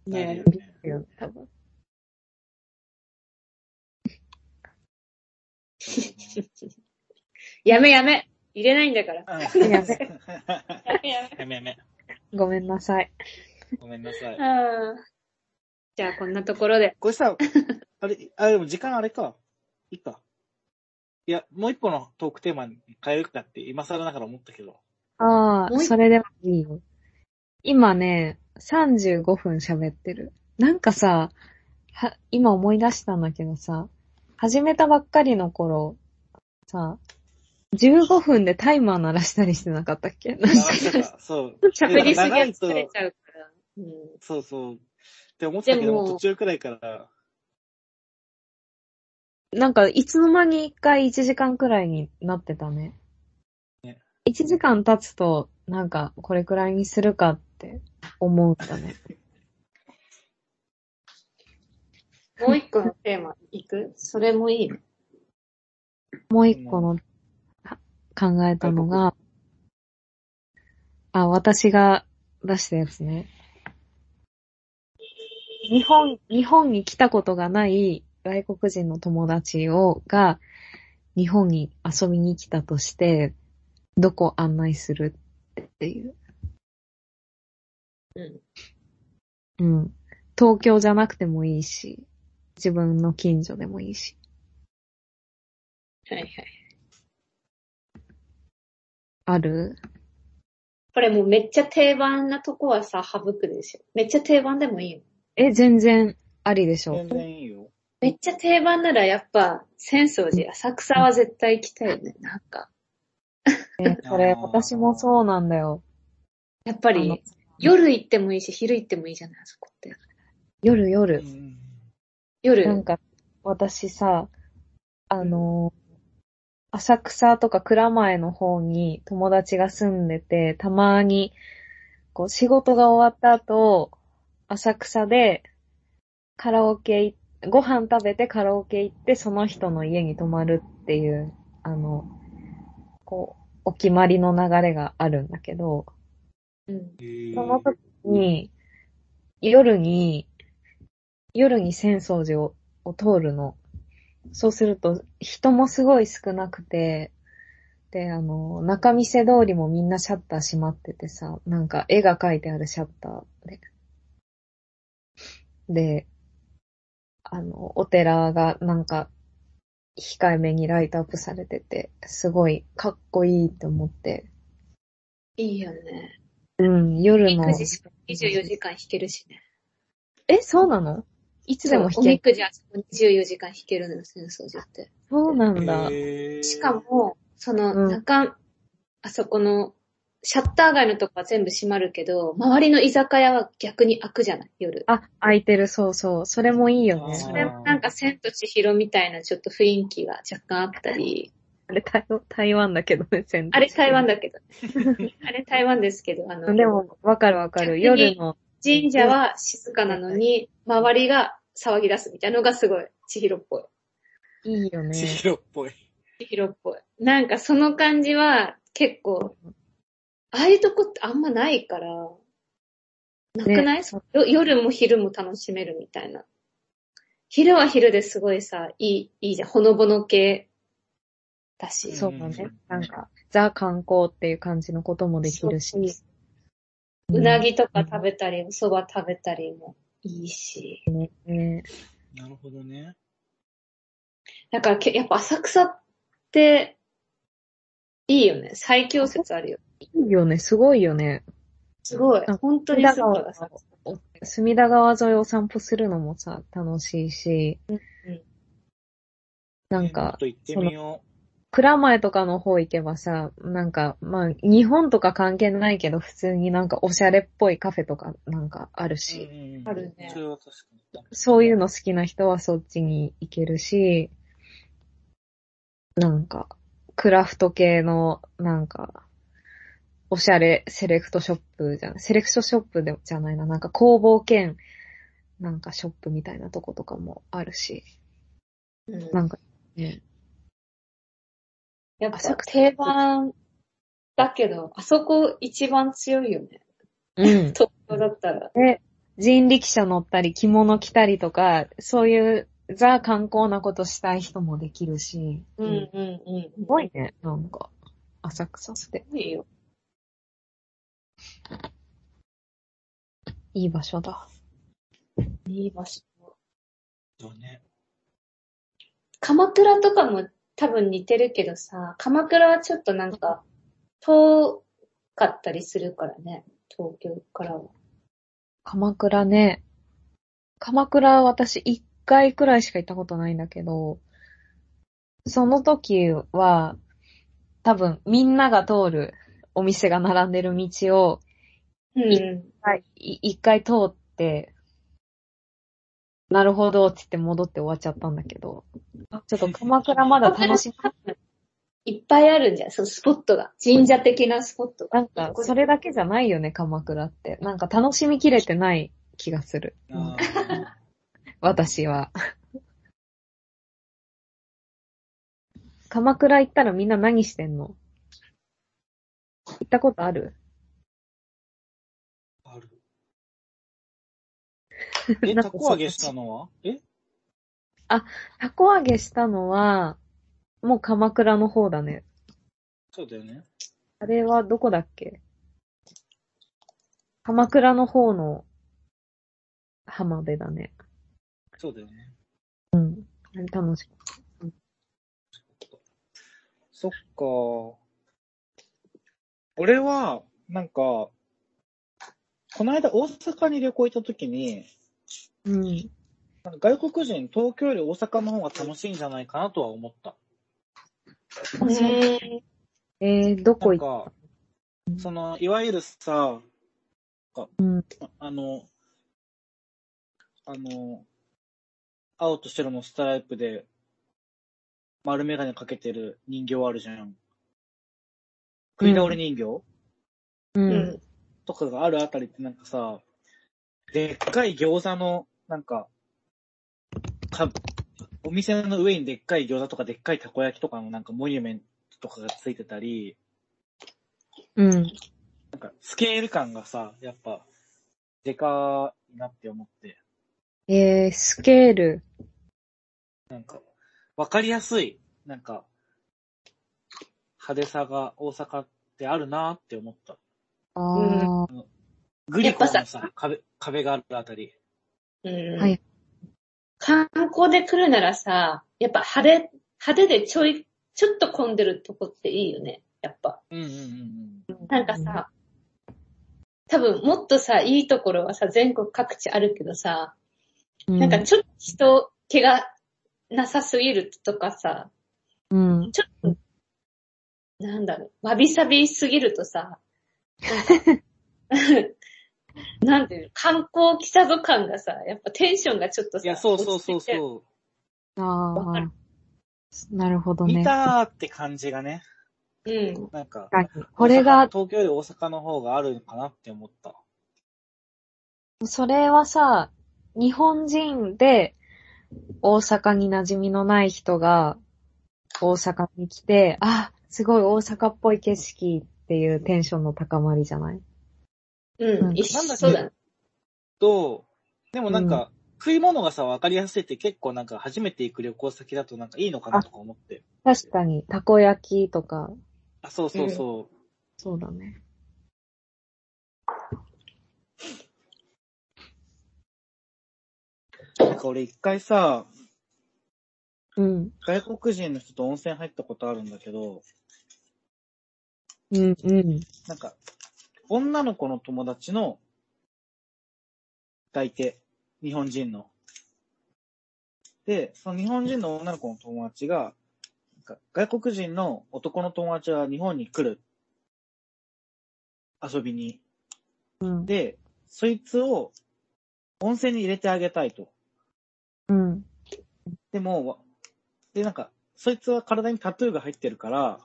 なるねよねよ多分。やめやめ入れないんだから。うんやべやめやめ。 *laughs* やめやめ。ごめんなさい。ごめんなさい。あーじゃあこんなところで。これさ、あれ、あ、でも時間あれか。いいか。いや、もう一個のトークテーマに変えるかって今更ながら思ったけど。 *laughs* あもうあ、一それでもいいよ。今ね、35分喋ってる。なんかさ、は、今思い出したんだけどさ、始めたばっかりの頃、さ、15分でタイマー鳴らしたりしてなかったっけあそうかそう。 *laughs* 喋りすぎは長いと疲れちゃうから。うんそうそう。って思ってたけでど、ももう途中くらいから、なんか、いつの間に一回1時間くらいになってたね。1時間経つと、なんか、これくらいにするかって思うんだね。もう一個のテーマいくそれもいいね。もう一個のは考えたのが、あ、私が出したやつね。日本、日本に来たことがない外国人の友達を、が、日本に遊びに来たとして、どこ案内するっていう。うん。うん。東京じゃなくてもいいし、自分の近所でもいいし。はいはい。あるこれもうめっちゃ定番なとこはさ、省くでしょ。めっちゃ定番でもいいよ。え、全然ありでしょ全。然いいよ。めっちゃ定番ならやっぱ、浅草寺、浅草は絶対行きたいよね。なんか、え、それあー私もそうなんだよ。やっぱあのり、夜行ってもいいし、昼行ってもいいじゃない、あそこって。夜う夜。ん夜。なんか、私さ、あのー、浅草とか蔵前の方に友達が住んでて、たまに、こう、仕事が終わった後、浅草で、カラオケい、ご飯食べてカラオケ行って、その人の家に泊まるっていう、あの、こう、お決まりの流れがあるんだけど、うん。その時に、夜に、夜に浅草寺をを通るの。そうすると、人もすごい少なくて、で、あの、中見世通りもみんなシャッター閉まっててさ、なんか絵が描いてあるシャッターで。で、あの、お寺がなんか、控えめにライトアップされてて、すごいかっこいいって思って、いいよね。うん、夜のお。みくじしか24時間弾けるしね。え、そうなのいつでも弾おけみる。くじあそこ24時間弾けるのよ、浅草寺って。そうなうんんだ。へーしか、も、そのうん中、あそこの、シャッター街のとこは全部閉まるけど、周りの居酒屋は逆に開くじゃない夜。あ、空いてる、そうそう。それもいいよね。そそれもなんか千と千尋みたいなちょっと雰囲気が若干あったり、あれ台湾、台湾だけどね、全あれ台湾だ *laughs* けど、あれ台湾ですけど、あの、でも、わかるわかる。逆に夜の、神社は静かなのに、周りが騒ぎ出すみたいなのがすごい、千尋っぽい。いいよ千ね。尋っぽい。千尋っぽい。なんかその感じは結構、ああいうとこってあんまないから、なくない、ねそのよ夜も昼も楽しめるみたいな。昼は昼ですごいさ、いい、いいじゃん。ほのぼの系だし。そうだうねん。なんか、ザ観光っていう感じのこともできるし。そうんうなぎとか食べたり、お蕎麦食べたりもいいし。ねなるほどね。だからけやっぱ浅草って、いいよね。最強説あるよ。いいよね、すごいよね。すごいうん。本当にすごいだから。お隅田川沿いを散歩するのもさ、楽しいし。うんなんちょかっ、と行ってみよ蔵前とかの方行けばさ、なんか、まあ、日本とか関係ないけど、普通になんかおしゃれっぽいカフェとかなんかあるう。し、うんうんうんあるねそれは確かに。そういうの好きな人はそっちに行けるし、なんか、クラフト系の、なんか、おしゃれセレクトショップじゃん。セレクトショップでじゃないな。なんか工房兼、なんかショップみたいなとことかもあるし。うんなんか、ね。やっぱ浅草定番だけど、あそこ一番強いよね。うん。東京だったら。で、人力車乗ったり着物着たりとか、そういうザ観光なことしたい人もできるし。うんすうんうん。すごいね。なんか、浅草ってごいよ。いい場所だ。いい場所。そうね。鎌倉とかも多分似てるけどさ、鎌倉はちょっとなんか、遠かったりするからね。東京からは。鎌倉ね。鎌倉私一回くらいしか行ったことないんだけど、その時は、多分みんなが通るお店が並んでる道を、うんうはいい一回通って、なるほどって言って戻って終わっちゃったんだけど、ちょっと鎌倉まだ楽 *laughs* しみ。ん。いっぱいあるんじゃん。そのスポットが。神社的なスポットが。なんか、それだけじゃないよね、鎌倉って。なんか楽しみきれてない気がする。あ私は。鎌倉行ったらみんな何してんの行ったことあるーある。*laughs* え、なんたかこ揚げしたのはえたこ揚げしたのは、もう鎌倉の方だね。そうだよね。あれはどこだっけ鎌倉の方の浜辺だね。そうだよね。あれ楽しかっそっか。俺は、なんか、この間大阪に旅行行った時に、た。うん。なんか外国人、東京より大阪の方が楽しいんじゃないかなとは思った。うん。えー、どこなん行っか、その、いわゆるさ、あうんあの、あの、青と白のストライプで、丸眼鏡かけてる人形あるじゃん。食い倒れ人形、う。うんん。とかがあるあたりってなんかさ、でっかい餃子の、なんか、か、お店の上にでっかい餃子とかでっかいたこ焼きとかのなんかモニュメントとかがついてたり、うん。なんかスケール感がさ、やっぱ、でかいなって思って、えー、スケール。なんか、わかりやすい、なんか、派手さが大阪ってあるなって思った。あー。グリコのやさ、っぱ壁、壁があるあたり。うんはい観光で来るならさ、やっぱ派手、派手でちょい、ちょっと混んでるとこっていいよね。やっぱ。うんうんうんなんかさ、多分もっとさ、いいところはさ、全国各地あるけどさ、うん、なんかちょっと人気がなさすぎるとかさ、うん。ちょっと、なんだろう、わびさびすぎるとさ、なんか *laughs* なんていうの観光来たぞ感がさ、やっぱテンションがちょっとうん。さ、いや、そうそうそう落ち着いてそう。あわかある。なるほどね。見たーって感じがね、うん。なんか、確かにこれが大阪、東京より大阪の方があるのかなって思った。それはさ、日本人で大阪に馴染みのない人が大阪に来て、あ、すごい大阪っぽい景色っていうテンションの高まりじゃないううんん、一緒なんだっけそうだね。と、でもなんか、食い物がさ、わかりやすいって結構なんか初めて行く旅行先だとなんかいいのかなとか思って。確かに、たこ焼きとか、あ、そうそうそそうだね。う。なんか俺一回さ、うん。外国人の人と温泉入ったことあるんだけど、うん、うん。なんか、女の子の友達の、抱いて、日本人の。で、その日本人の女の子の友達が、なんか外国人の男の友達が日本に来る。遊びに。うん。で、そいつを温泉に入れてあげたいと。うん。でも、わで、なんか、そいつは体にタトゥーが入ってるから、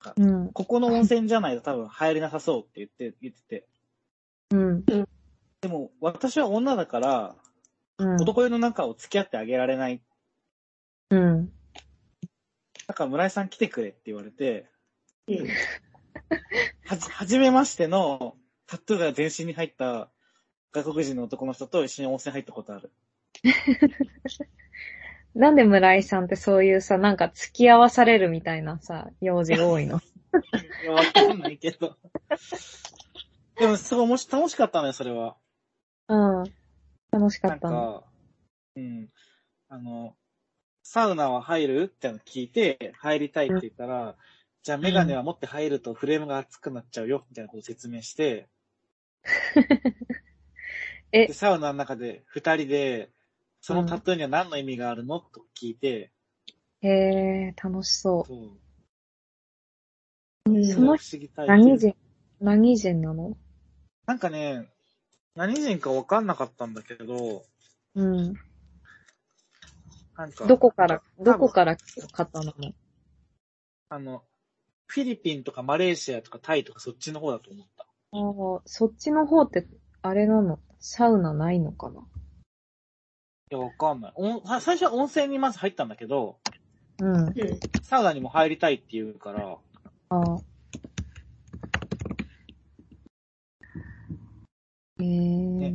か、うん。ここの温泉じゃないと多分入れなさそうって言って、言ってて。うん。でも、私は女だから、うん。男湯の中を付き合ってあげられない。うん。だから村井さん来てくれって言われて、うんはじ、はじめましてのタトゥーが全身に入った外国人の男の人と一緒に温泉入ったことある。なんで村井さんってそういうさ、なんか付き合わされるみたいなさ、用事が多い *laughs* のいやわかんないけど。でも、すごいもし楽しかったのよ、それは。うん。楽しかなんったの。か、うん。あの、サウナは入るっての聞いて、入りたいって言ったら、じゃあメガネは持って入るとフレームが熱くなっちゃうよ、みたいなことを説明して、 *laughs* えでサウナの中で二人で、そのタトゥーには何の意味があるのと聞いて、へえ、楽しそそうう。んその不思議う。体験何人、何人なのなんかね、何人かわかんなかったんだけど、うん。なんか、どこから、多分どこから買ったのあの、フィリピンとかマレーシアとかタイとかそっちの方だと思った。ああ、そっちの方って、あれなのサウナないのかないや、わかんない。おんさ最初は温泉にまず入ったんだけど、うん。うん。サウナにも入りたいって言うから、ああ。ええね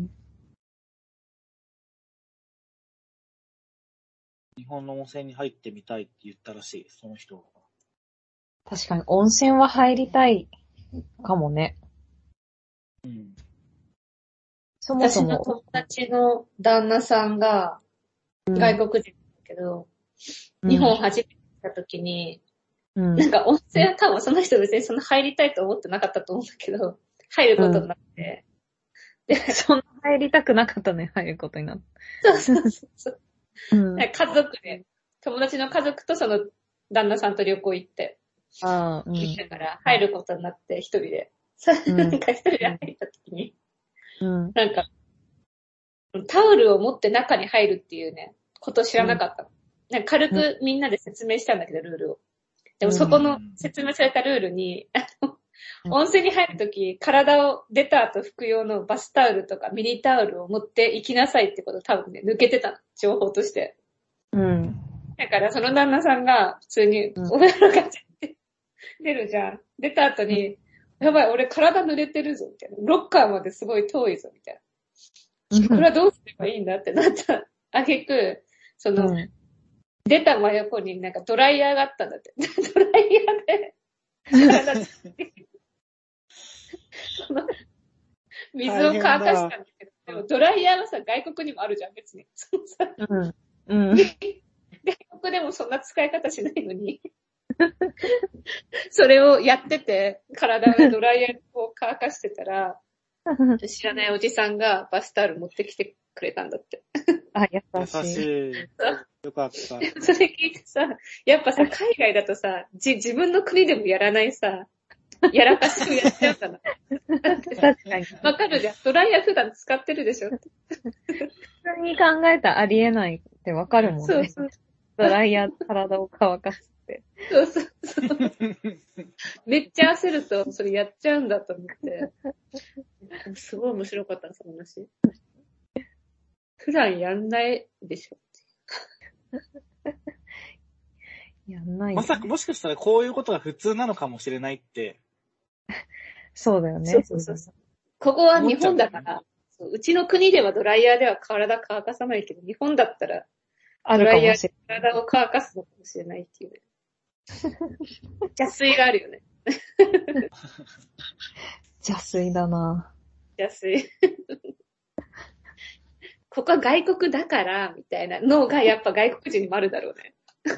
日本の温泉に入ってみたいって言ったらしい、その人が。確かに温泉は入りたいかもね。うん。そも私そのも。友達の旦那さんが外国人だけど、日本初めて来た時に、うん。うなんん。か温泉は多分その人別にそんな入りたいと思ってなかったと思うんだけど、入ることになって。そんな入りたくなかったね、入ることになっそうそうそうそう。た。うん。なん *laughs* か家族で、友達の家族とその旦那さんと旅行行って、ああ、うん。行ったから入ることになって一人で。そんなんか一人で入った時に、うん。なんか、タオルを持って中に入るっていうね、ことを知らなかったの。なんか軽くみんなで説明したんだけど、ルールを。でもそこの説明されたルールに、あうのん温泉に入るとき、体を出た後服用のバスタオルとかミニタオルを持って行きなさいってこと多分ね、抜けてたの情報として。うん。だからその旦那さんが普通にうんお風呂がって *laughs* 出るじゃん。出た後に、やばい、俺体濡れてるぞ、みたいな。ロッカーまですごい遠いぞ、みたいな。これはどうすればいいんだってなった。あげく、その、うん出た真横になんかドライヤーがあったんだって。 *laughs* ドライヤーで、 *laughs* 体その水を乾かしたんだけど、でもドライヤーはさ、外国にもあるじゃん、別に。 *laughs* そのさうん。うん。外国でもそんな使い方しないのに。 *laughs* それをやってて、体でドライヤーを乾かしてたら、知らないおじさんがバスタオル持ってきてくれたんだって。 *laughs* *laughs* あ、優優しい。しい。よかった。 *laughs* それ聞いてさ、やっぱさ、海外だとさ、じ、自分の国でもやらないさ、やらかしをやっちゃう *laughs* かな。確かに。わかるじゃん。ドライヤー普段使ってるでしょ。普通に考えたらありえないってわかるもんね。そうそう。ドライヤーで体を乾かすって。そうそうそう。めっちゃ焦ると、それやっちゃうんだと思って。すごい面白かったの、その話。普段やんないでしょ。やんないよまさか、もしかしたらこういうことが普通なのかもしれないって。そうだよね。そうそうそうそう。ここは日本だか思っちゃうよら、そううちの国ではドライヤーでは体乾かさないけど、日本だったらあるかもしれない。体を乾かすのかもしれないって *laughs* いうね。邪水があるよね。邪水だな邪水。 *laughs* ここは外国だから、みたいなのがやっぱ外国人にもあるだろうね。 *laughs*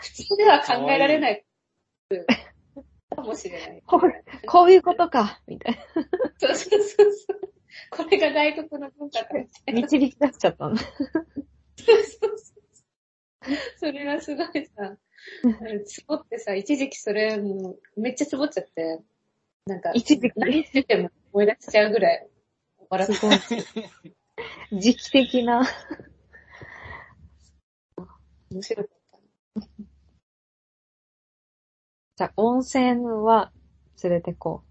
普通では考えられない。かもしれない。これこういうことか、みたいそうそうそうそう。これが外国の文化かもしれな。ない。導き出しちゃったんだ。そうそうそうそれがすごいさ、つぼってさ、一時期それ、もうめっちゃつぼっちゃって、なんか、一時期何言ってても思い出しちゃうぐらい笑ってすごい。時期的な。面白かっじゃあ、温泉は連れてこ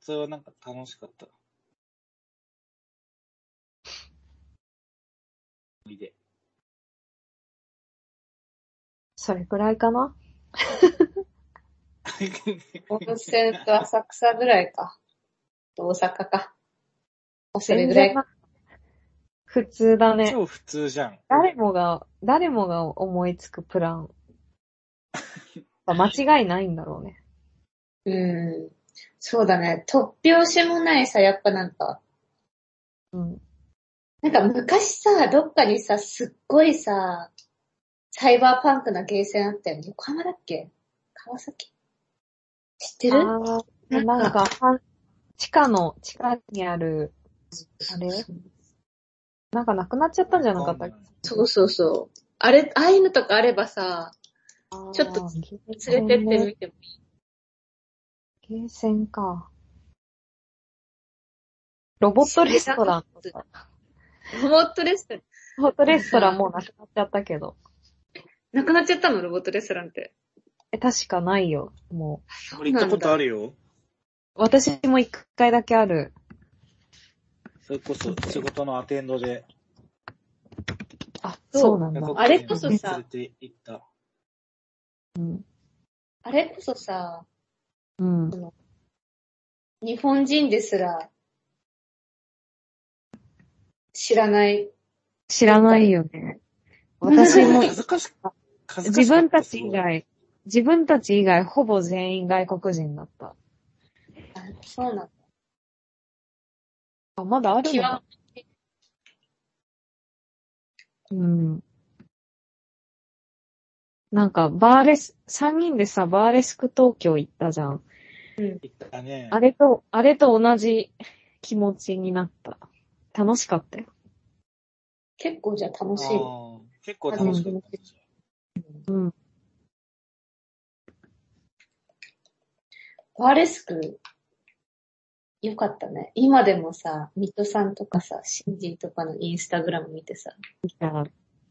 それはなんか楽しかった。おいで。う。それくらいかな温泉と浅草ぐらいか。大阪か。それぐらい。普通だね。超普通じゃん。誰もが、誰もが思いつくプ *laughs* ラン。間違いないんだろうね。うん。そうだね。突拍子もないさ、やっぱなんか。うん。なんか昔さ、どっかにさ、すっごいさ、サイバーパンクなゲーセンあったよね。横浜だっけ川崎知ってるあーなんか、は地下の、地下にある、あれなんかなくなっちゃったんじゃなかったっけそうそうそう。あれ、ああいうのとかあればさ、ちょっと連れてってみてもいゲい。ーセンか。ロボットレストランとか。ロボットレストラン。ロボットレストランもうなくなっちゃったけど。なくなっちゃったのロボットレストランって。え、確かないよ。も俺行ったことあるよ。う。私も一回だけある。それこそ仕事のアテンドで。あ、そうそうなんだ。あれこそさ連れて行った。うん。あれこそさ、うん。日本人ですら、知らない。知らないよね。私も恥ずかしかった。自分たち以外、自分たち以外ほぼ全員外国人だった。あそうなんだ。あ、まだある極のうん。なんか、バーレス、三人でさ、バーレスク東京行ったじゃん。行ったね。あれと、あれと同じ気持ちになった。楽しかったよ。結構じゃあ楽しい。あー結構楽しかったですよ。うん。バーレスク、よかったね。今でもさ、ミトさんとかさ、シンジーとかのインスタグラム見てさ、いや、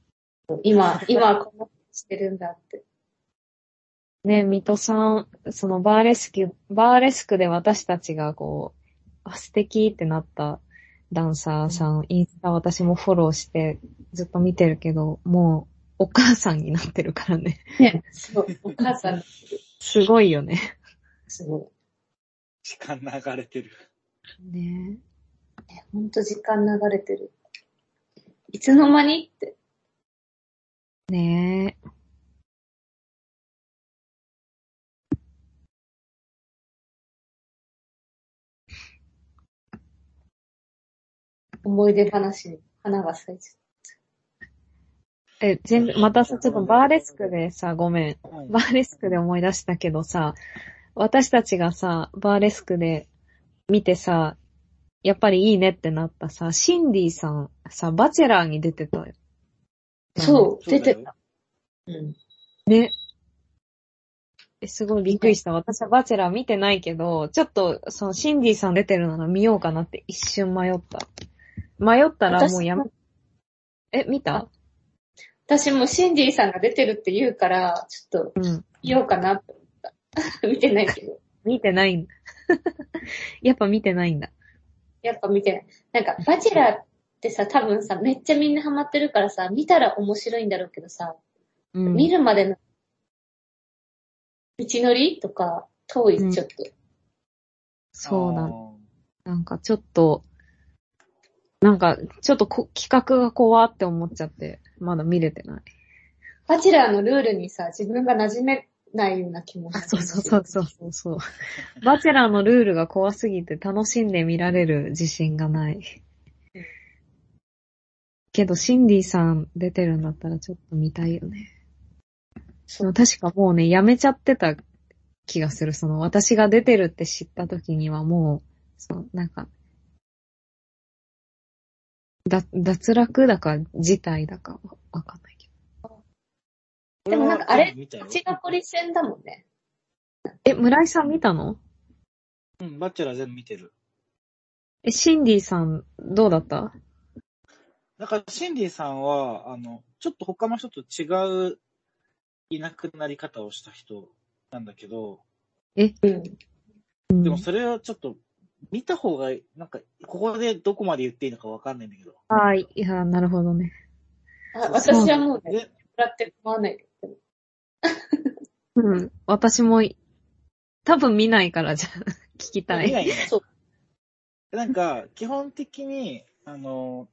*laughs* 今、今こんなことしてるんだって。ね、水戸さん、そのバーレスク、バーレスクで私たちがこう、あ素敵ってなったダンサーさん、インスタ私もフォローしてずっと見てるけど、もうお母さんになってるからね。そう、お母さん、すごいよね。すご時間流れてる。ねい。ほんと時間流れてる。いつの間にって。え。ねえ。思い出話に花が咲いちゃっえ、全部、またさ、ちょっとバーレスクでさ、ごめん。うんバーレスクで思い出したけどさ、私たちがさ、バーレスクで見てさ、やっぱりいいねってなったさ、シンディさん、さ、バチェラーに出てたよ。た。そう、そ出うだてよた。うん。えすごいびっくりした。私はバチェラー見てないけど、ちょっと、そのシンディさん出てるなら見ようかなって一瞬迷った。迷ったらもうやめ私、え、見た私もシンディさんが出てるって言うから、ちょっとうん。見ようかなって思った。 *laughs* 見てないけど。見てないんだ。 *laughs* やっぱ見てないんだ。やっぱ見てない。なんか、バチェラーってさ、多分さ、めっちゃみんなハマってるからさ、見たら面白いんだろうけどさ、うん。見るまでの、道のりとか、遠い、ちょっと。そうだね。あなんかちょっと、なんかちょっとこ企画が怖って思っちゃって、まだ見れてない。バチェラーのルールにさ、自分が馴染めないような気もあ、そうそうそうそうそうそう。バチェラーのルールが怖すぎて楽しんで見られる自信がない。けど、シンディさん出てるんだったらちょっと見たいよね。その確かもうね、やめちゃってた気がする。その私が出てるって知った時にはもう、そのなんか、だ、脱落だか、事態だかわ、わかんないけーでもなんかあれ俺は見たよう。ちがポリセンだもんね。ど。え、村井さん見たのうん、バッチェラー全部見てる。え、シンディさん、どうだっただから、シンディさんは、あの、ちょっと他の人と違ういなくなり方をした人なんだけど、うん。うんでもそれはちょっと見た方が、なんか、ここでどこまで言っていいのかわかんないんだけど。はい。いや、なるほどね。あ私はもうね、で、もらって構わないけど。うん。私もい、多分見ないからじゃあ、聞きた。見ないいねそう。なんか、基本的に、あの、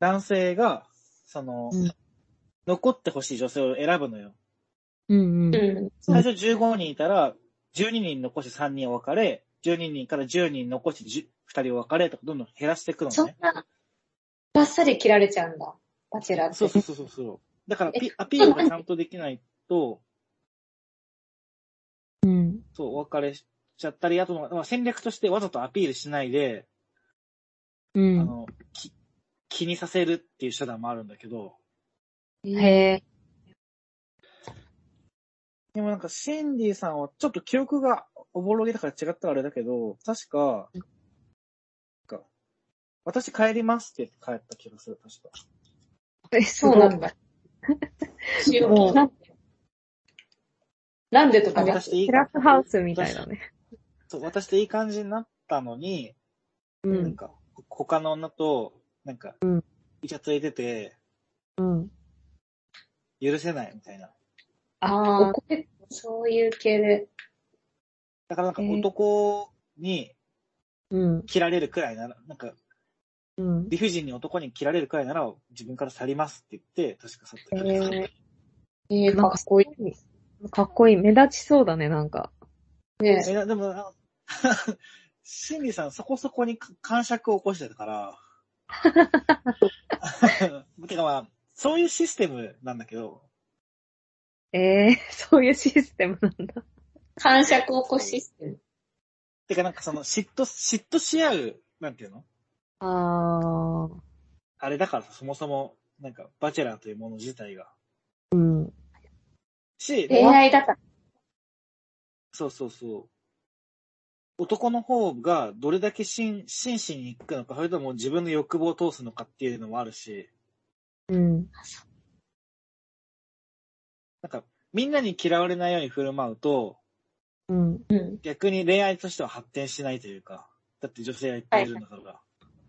男性が、その、うん残ってほしい女性を選ぶのよ。うんうん。うん。最初15人いたら、12人残して3人お別れ、12人から10人残して10 2人お別れとか、どんどん減らしていくのそんね。な、バッサリ切られちゃうんだ。バチェラーって。そうそうそうそうそう。だからピ、アピールがちゃんとできないと、うん。そう、お別れしちゃったり、あと、まあ、戦略としてわざとアピールしないで、うあん。の、き気にさせるっていう手段もあるんだけど、へえ。でもなんかシンディさんはちょっと記憶がおぼろげだから違ったらあれだけど、確か、なんか私帰りますって言って帰った気がする、確か。え、そうなんだ。もう *laughs* なんでなんでとかね。私でいいテラスハウスみたいだね。そう私でいい感じになったのに、うなんん。か、他の女と、なんか、イチャついてて、うん。許せないみたいな。ああああ、、そういう系で。だからなんかえー男にうん。切られるくらいなら、なんかうん。理不尽に男に切られるくらいなら自分から去りますって言って、確か去ったえ気がする。ー、ええなんかかっすこごいい。かっこいい。目立ちそうだね、なんか。いね。え、でも、あのシンディさんそこそこにか感触を起こしてたから。 *laughs* てかまあ、そういうシステムなんだけど、ええ *laughs* そういうシステムなんだ。感触を起こしシステム。てかなんかその嫉妬、嫉妬し合う、なんていうのああ、あれだからさそもそも、なんか、バチェラーというもの自体が。うん。し、恋愛だから。そうそうそう。男の方がどれだけ真真摯に行くのか、それとも自分の欲望を通すのかっていうのもあるし、うん。なんか、みんなに嫌われないように振る舞うと、うん。うん。逆に恋愛としては発展しないというか、だって女性はいっぱいいるんだから。っ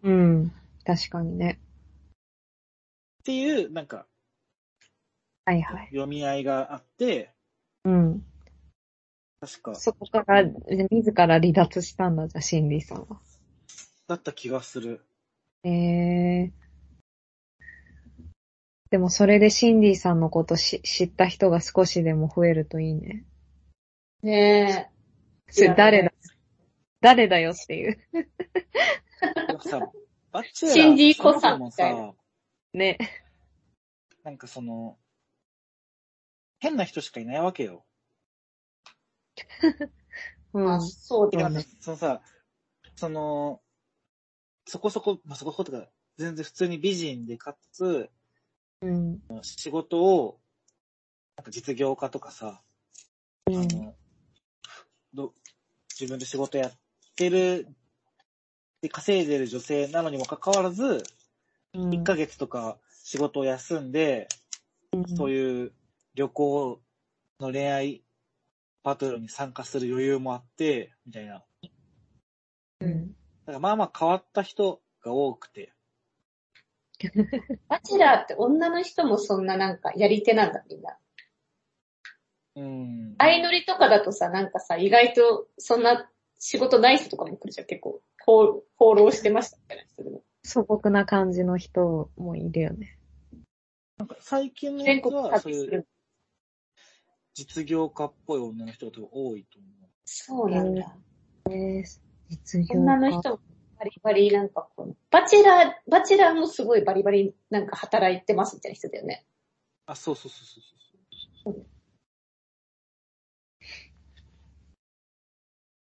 うん。確かにね。ていう、なんか、はいはい。読み合いがあって、うん。確か、そこから、自ら離脱したんだ、じゃあ、シンディさんは。だった気がする。ええでも、それでシンディさんのことし知った人が少しでも増えるといいね。ねそれ誰だ誰だよっていう。なん *laughs* かさ、バチェラーシンディコさんもみたいさな、ね。なんかその、変な人しかいないわけよ。うえ。んあ、。そうてかだなんかね。そのさ、その、そこそこ、まあ、そこそことか、全然普通に美人で、かつ、うん。仕事を、なんか実業家とかさ、うあん。の、ど自分で仕事やってる、で、稼いでる女性なのにもかかわらず、うん1ヶ月とか仕事を休んで、そういう旅行の恋愛バトルに参加する余裕もあって、みたいな。だうん。からまあまあ変わった人が多くて。バチェラーって女の人もそんななんかやり手なんだ、みんな。うん。相乗りとかだとさ、なんかさ、意外とそんな仕事ない人とかも来るじゃん、結構。放放浪してましたみたいな人でも。素朴な感じの人もいるよね。最近のや全つ国はそう旅いすうる。実業家っぽい女の人が多分多いと思う。そうなんだ。実業家。女の人もバリバリなんかこう、バチェラー、バチェラーもすごいバリバリなんか働いてますみたいな人だよね。あ、そうそうそうそうそう。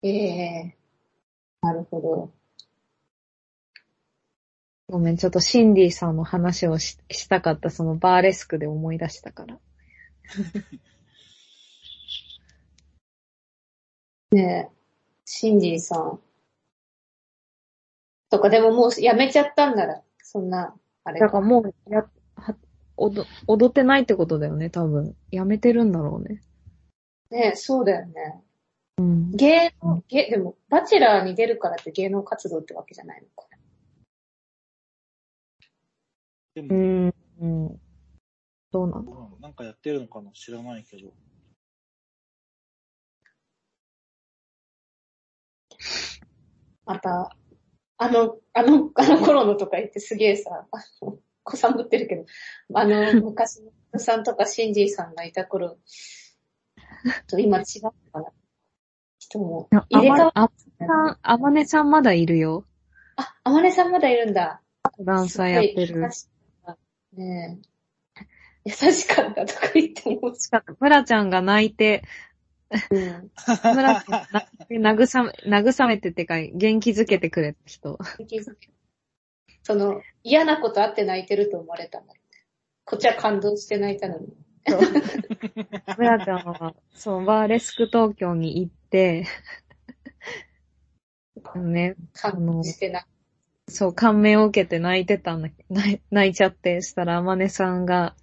ええなるほど。ごめん、ちょっとシンディさんの話をししたかった、そのバーレスクで思い出したから。ねえ、シンジーさん。とか、でももうやめちゃったんなら、そんな、あれだからか。もうや、はおど、踊ってないってことだよね、多分。やめてるんだろうね。ねそうだよね。うん。芸能、芸、でも、バチェラーに出るからって芸能活動ってわけじゃないのか。でうも、ん。うん。どうなんだうんなんかやってるのかな知らないけど。また、あの、あの、あの頃のとか言ってすげえさ、 *laughs* あの、子さんぶってるけど、あの、昔の子さんとかシンジーさんがいた頃と今違うのかな。人も。入れ替わあまるさん、あまねさんまだいるよ。あ、あまねさんまだいるんだ。ダンサーやってすごいる優。しかったねえ。優しかったとか言っても、ムラちゃんが泣いて、うん。ムラちゃんが泣いて、慰め、 *laughs* 慰めてってか、元気づけてくれた *laughs* 人。その、嫌なことあって泣いてると思われたんだろうね。こっちは感動して泣いたのに。ムラちゃんは、そう、バーレスク東京に行 *laughs* って、ね、感動して泣そう、感銘を受けて泣いてたんだけど、泣い泣いちゃって、したら、あまねさんが、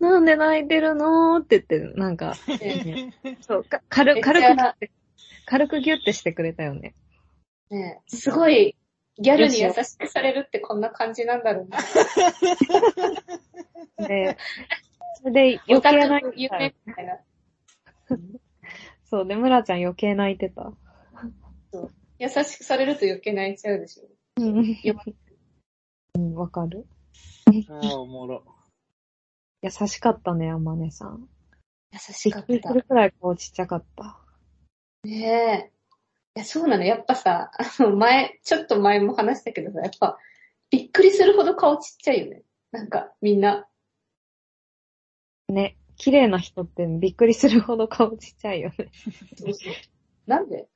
なんで泣いてるのって言って、なんか、*laughs* いて。 *laughs* そう、か軽めっちゃ軽くギュって、軽くギュってしてくれたよね。ねえすごい、ギャルに優しくされるってこんな感じなんだろうな。 *laughs* で、それで余計泣いて有た名よ。みたいな。そう、で、村ちゃん余計泣いてた。優しくされると余計泣いちゃうでしょ。うんようん、わかる。 *laughs* ああ、おもろ。優しかったね、あまねさん。優しびかっっくりすた。るくらい顔ちっちゃかった。ねえ。いや、そうなの。やっぱさ、あの、前、ちょっと前も話したけどさ、やっぱ、びっくりするほど顔ちっちゃいよね。なんか、みんな。ね、綺麗な人ってびっくりするほど顔ちっちゃいよね。なんで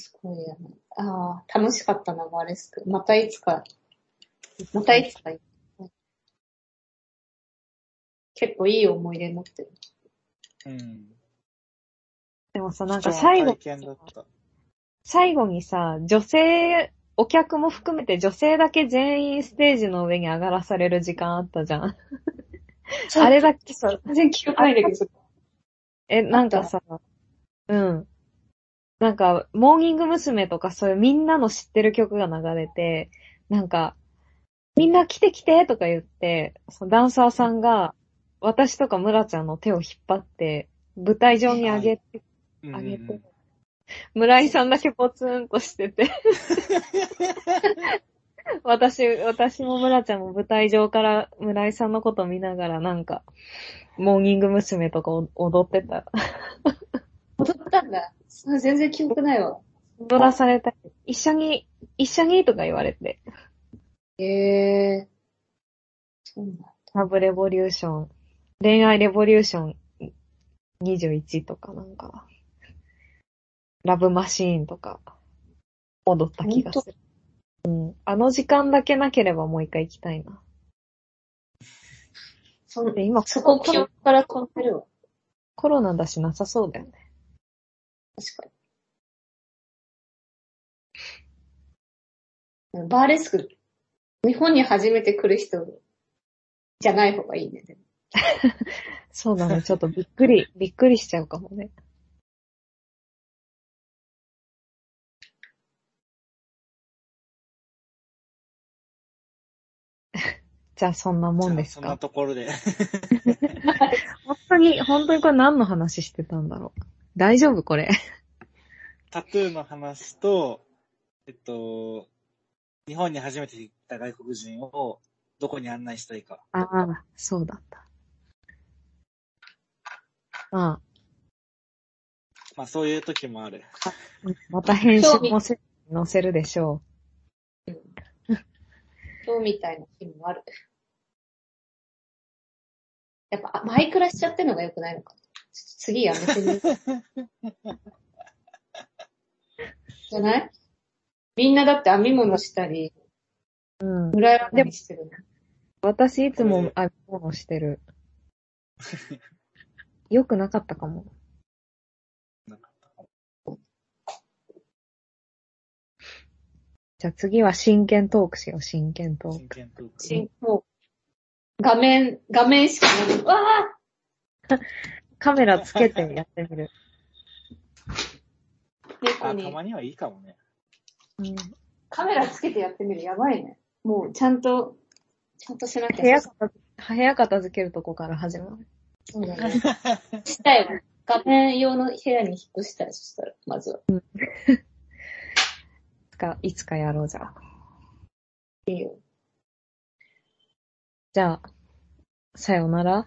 すごいよね。ああ、楽しかったな、マレスク。またいつか、またいつか行く。結構いい思い出になってる。うん。でもさ、なんか最後貴、重な体験だった。最後にさ、女性、お客も含めて女性だけ全員ステージの上に上がらされる時間あったじゃん。あれだけさ、全然記憶ないんだけど、そえ、なんかさ、うん。なんか、モーニング娘。とかそういうみんなの知ってる曲が流れて、なんか、みんな来て来てとか言って、そのダンサーさんが、私とか村ちゃんの手を引っ張って、舞台上に上げて、うんあげて。村井さんだけポツンとして *laughs* て。私、私も村ちゃんも舞台上から村井さんのこと見ながらなんか、モーニング娘。とかを踊ってた。踊ったんだ。全然記憶ないわ。踊らされたり一緒に、一緒にとか言われて。へえ。そうなんだ。ラブレボリューション、恋愛レボリューション21とかなんか、ラブマシーンとか、踊った気がする。うん。あの時間だけなければもう一回行きたいな。そんで今、そこコ記ロ憶から飛んでるわ。コロナだしなさそうだよね。確かに。バーレスク、日本に初めて来る人じゃない方がいいね。でもそうだね。ちょっとびっく *laughs* り、びっくりしちゃうかもね。 *laughs* じゃあそんなもんですじゃか。あそんなところで。 *laughs* 本当に、本当にこれ何の話してたんだろう。大丈夫これ。タトゥーの話と、えっと、日本に初めて行った外国人をどこに案内したいか。ああ、そうだった。あまあそういう時もある。あ、また編集もせ載せるでしょ今日みたいな日もある。やっぱ、あマイクラしちゃってるのが良くないのか。ちょっと次やめてみる。 *laughs* じゃないみんなだって編み物したり、う。うん。村山にしてるの。私いつも編み物してる。よくなかったかも。じゃあ次は真剣トークしよう、真剣トーク。真剣トーク。しもう、画面、画面しかない。うわカメラつけてやってみる。ー猫あ、たにまにはいいかもね。うん、カメラつけてやってみる。やばいね。もう、ちゃんと、ちゃんとしなきゃ。部屋片付け、部屋片付けるとこから始まる。そうだね。したいわ。画面用の部屋に引っ越したい。そしたら、まずは。いつか、いつかやろうじゃあ。いいよ。じゃあ、さようなら。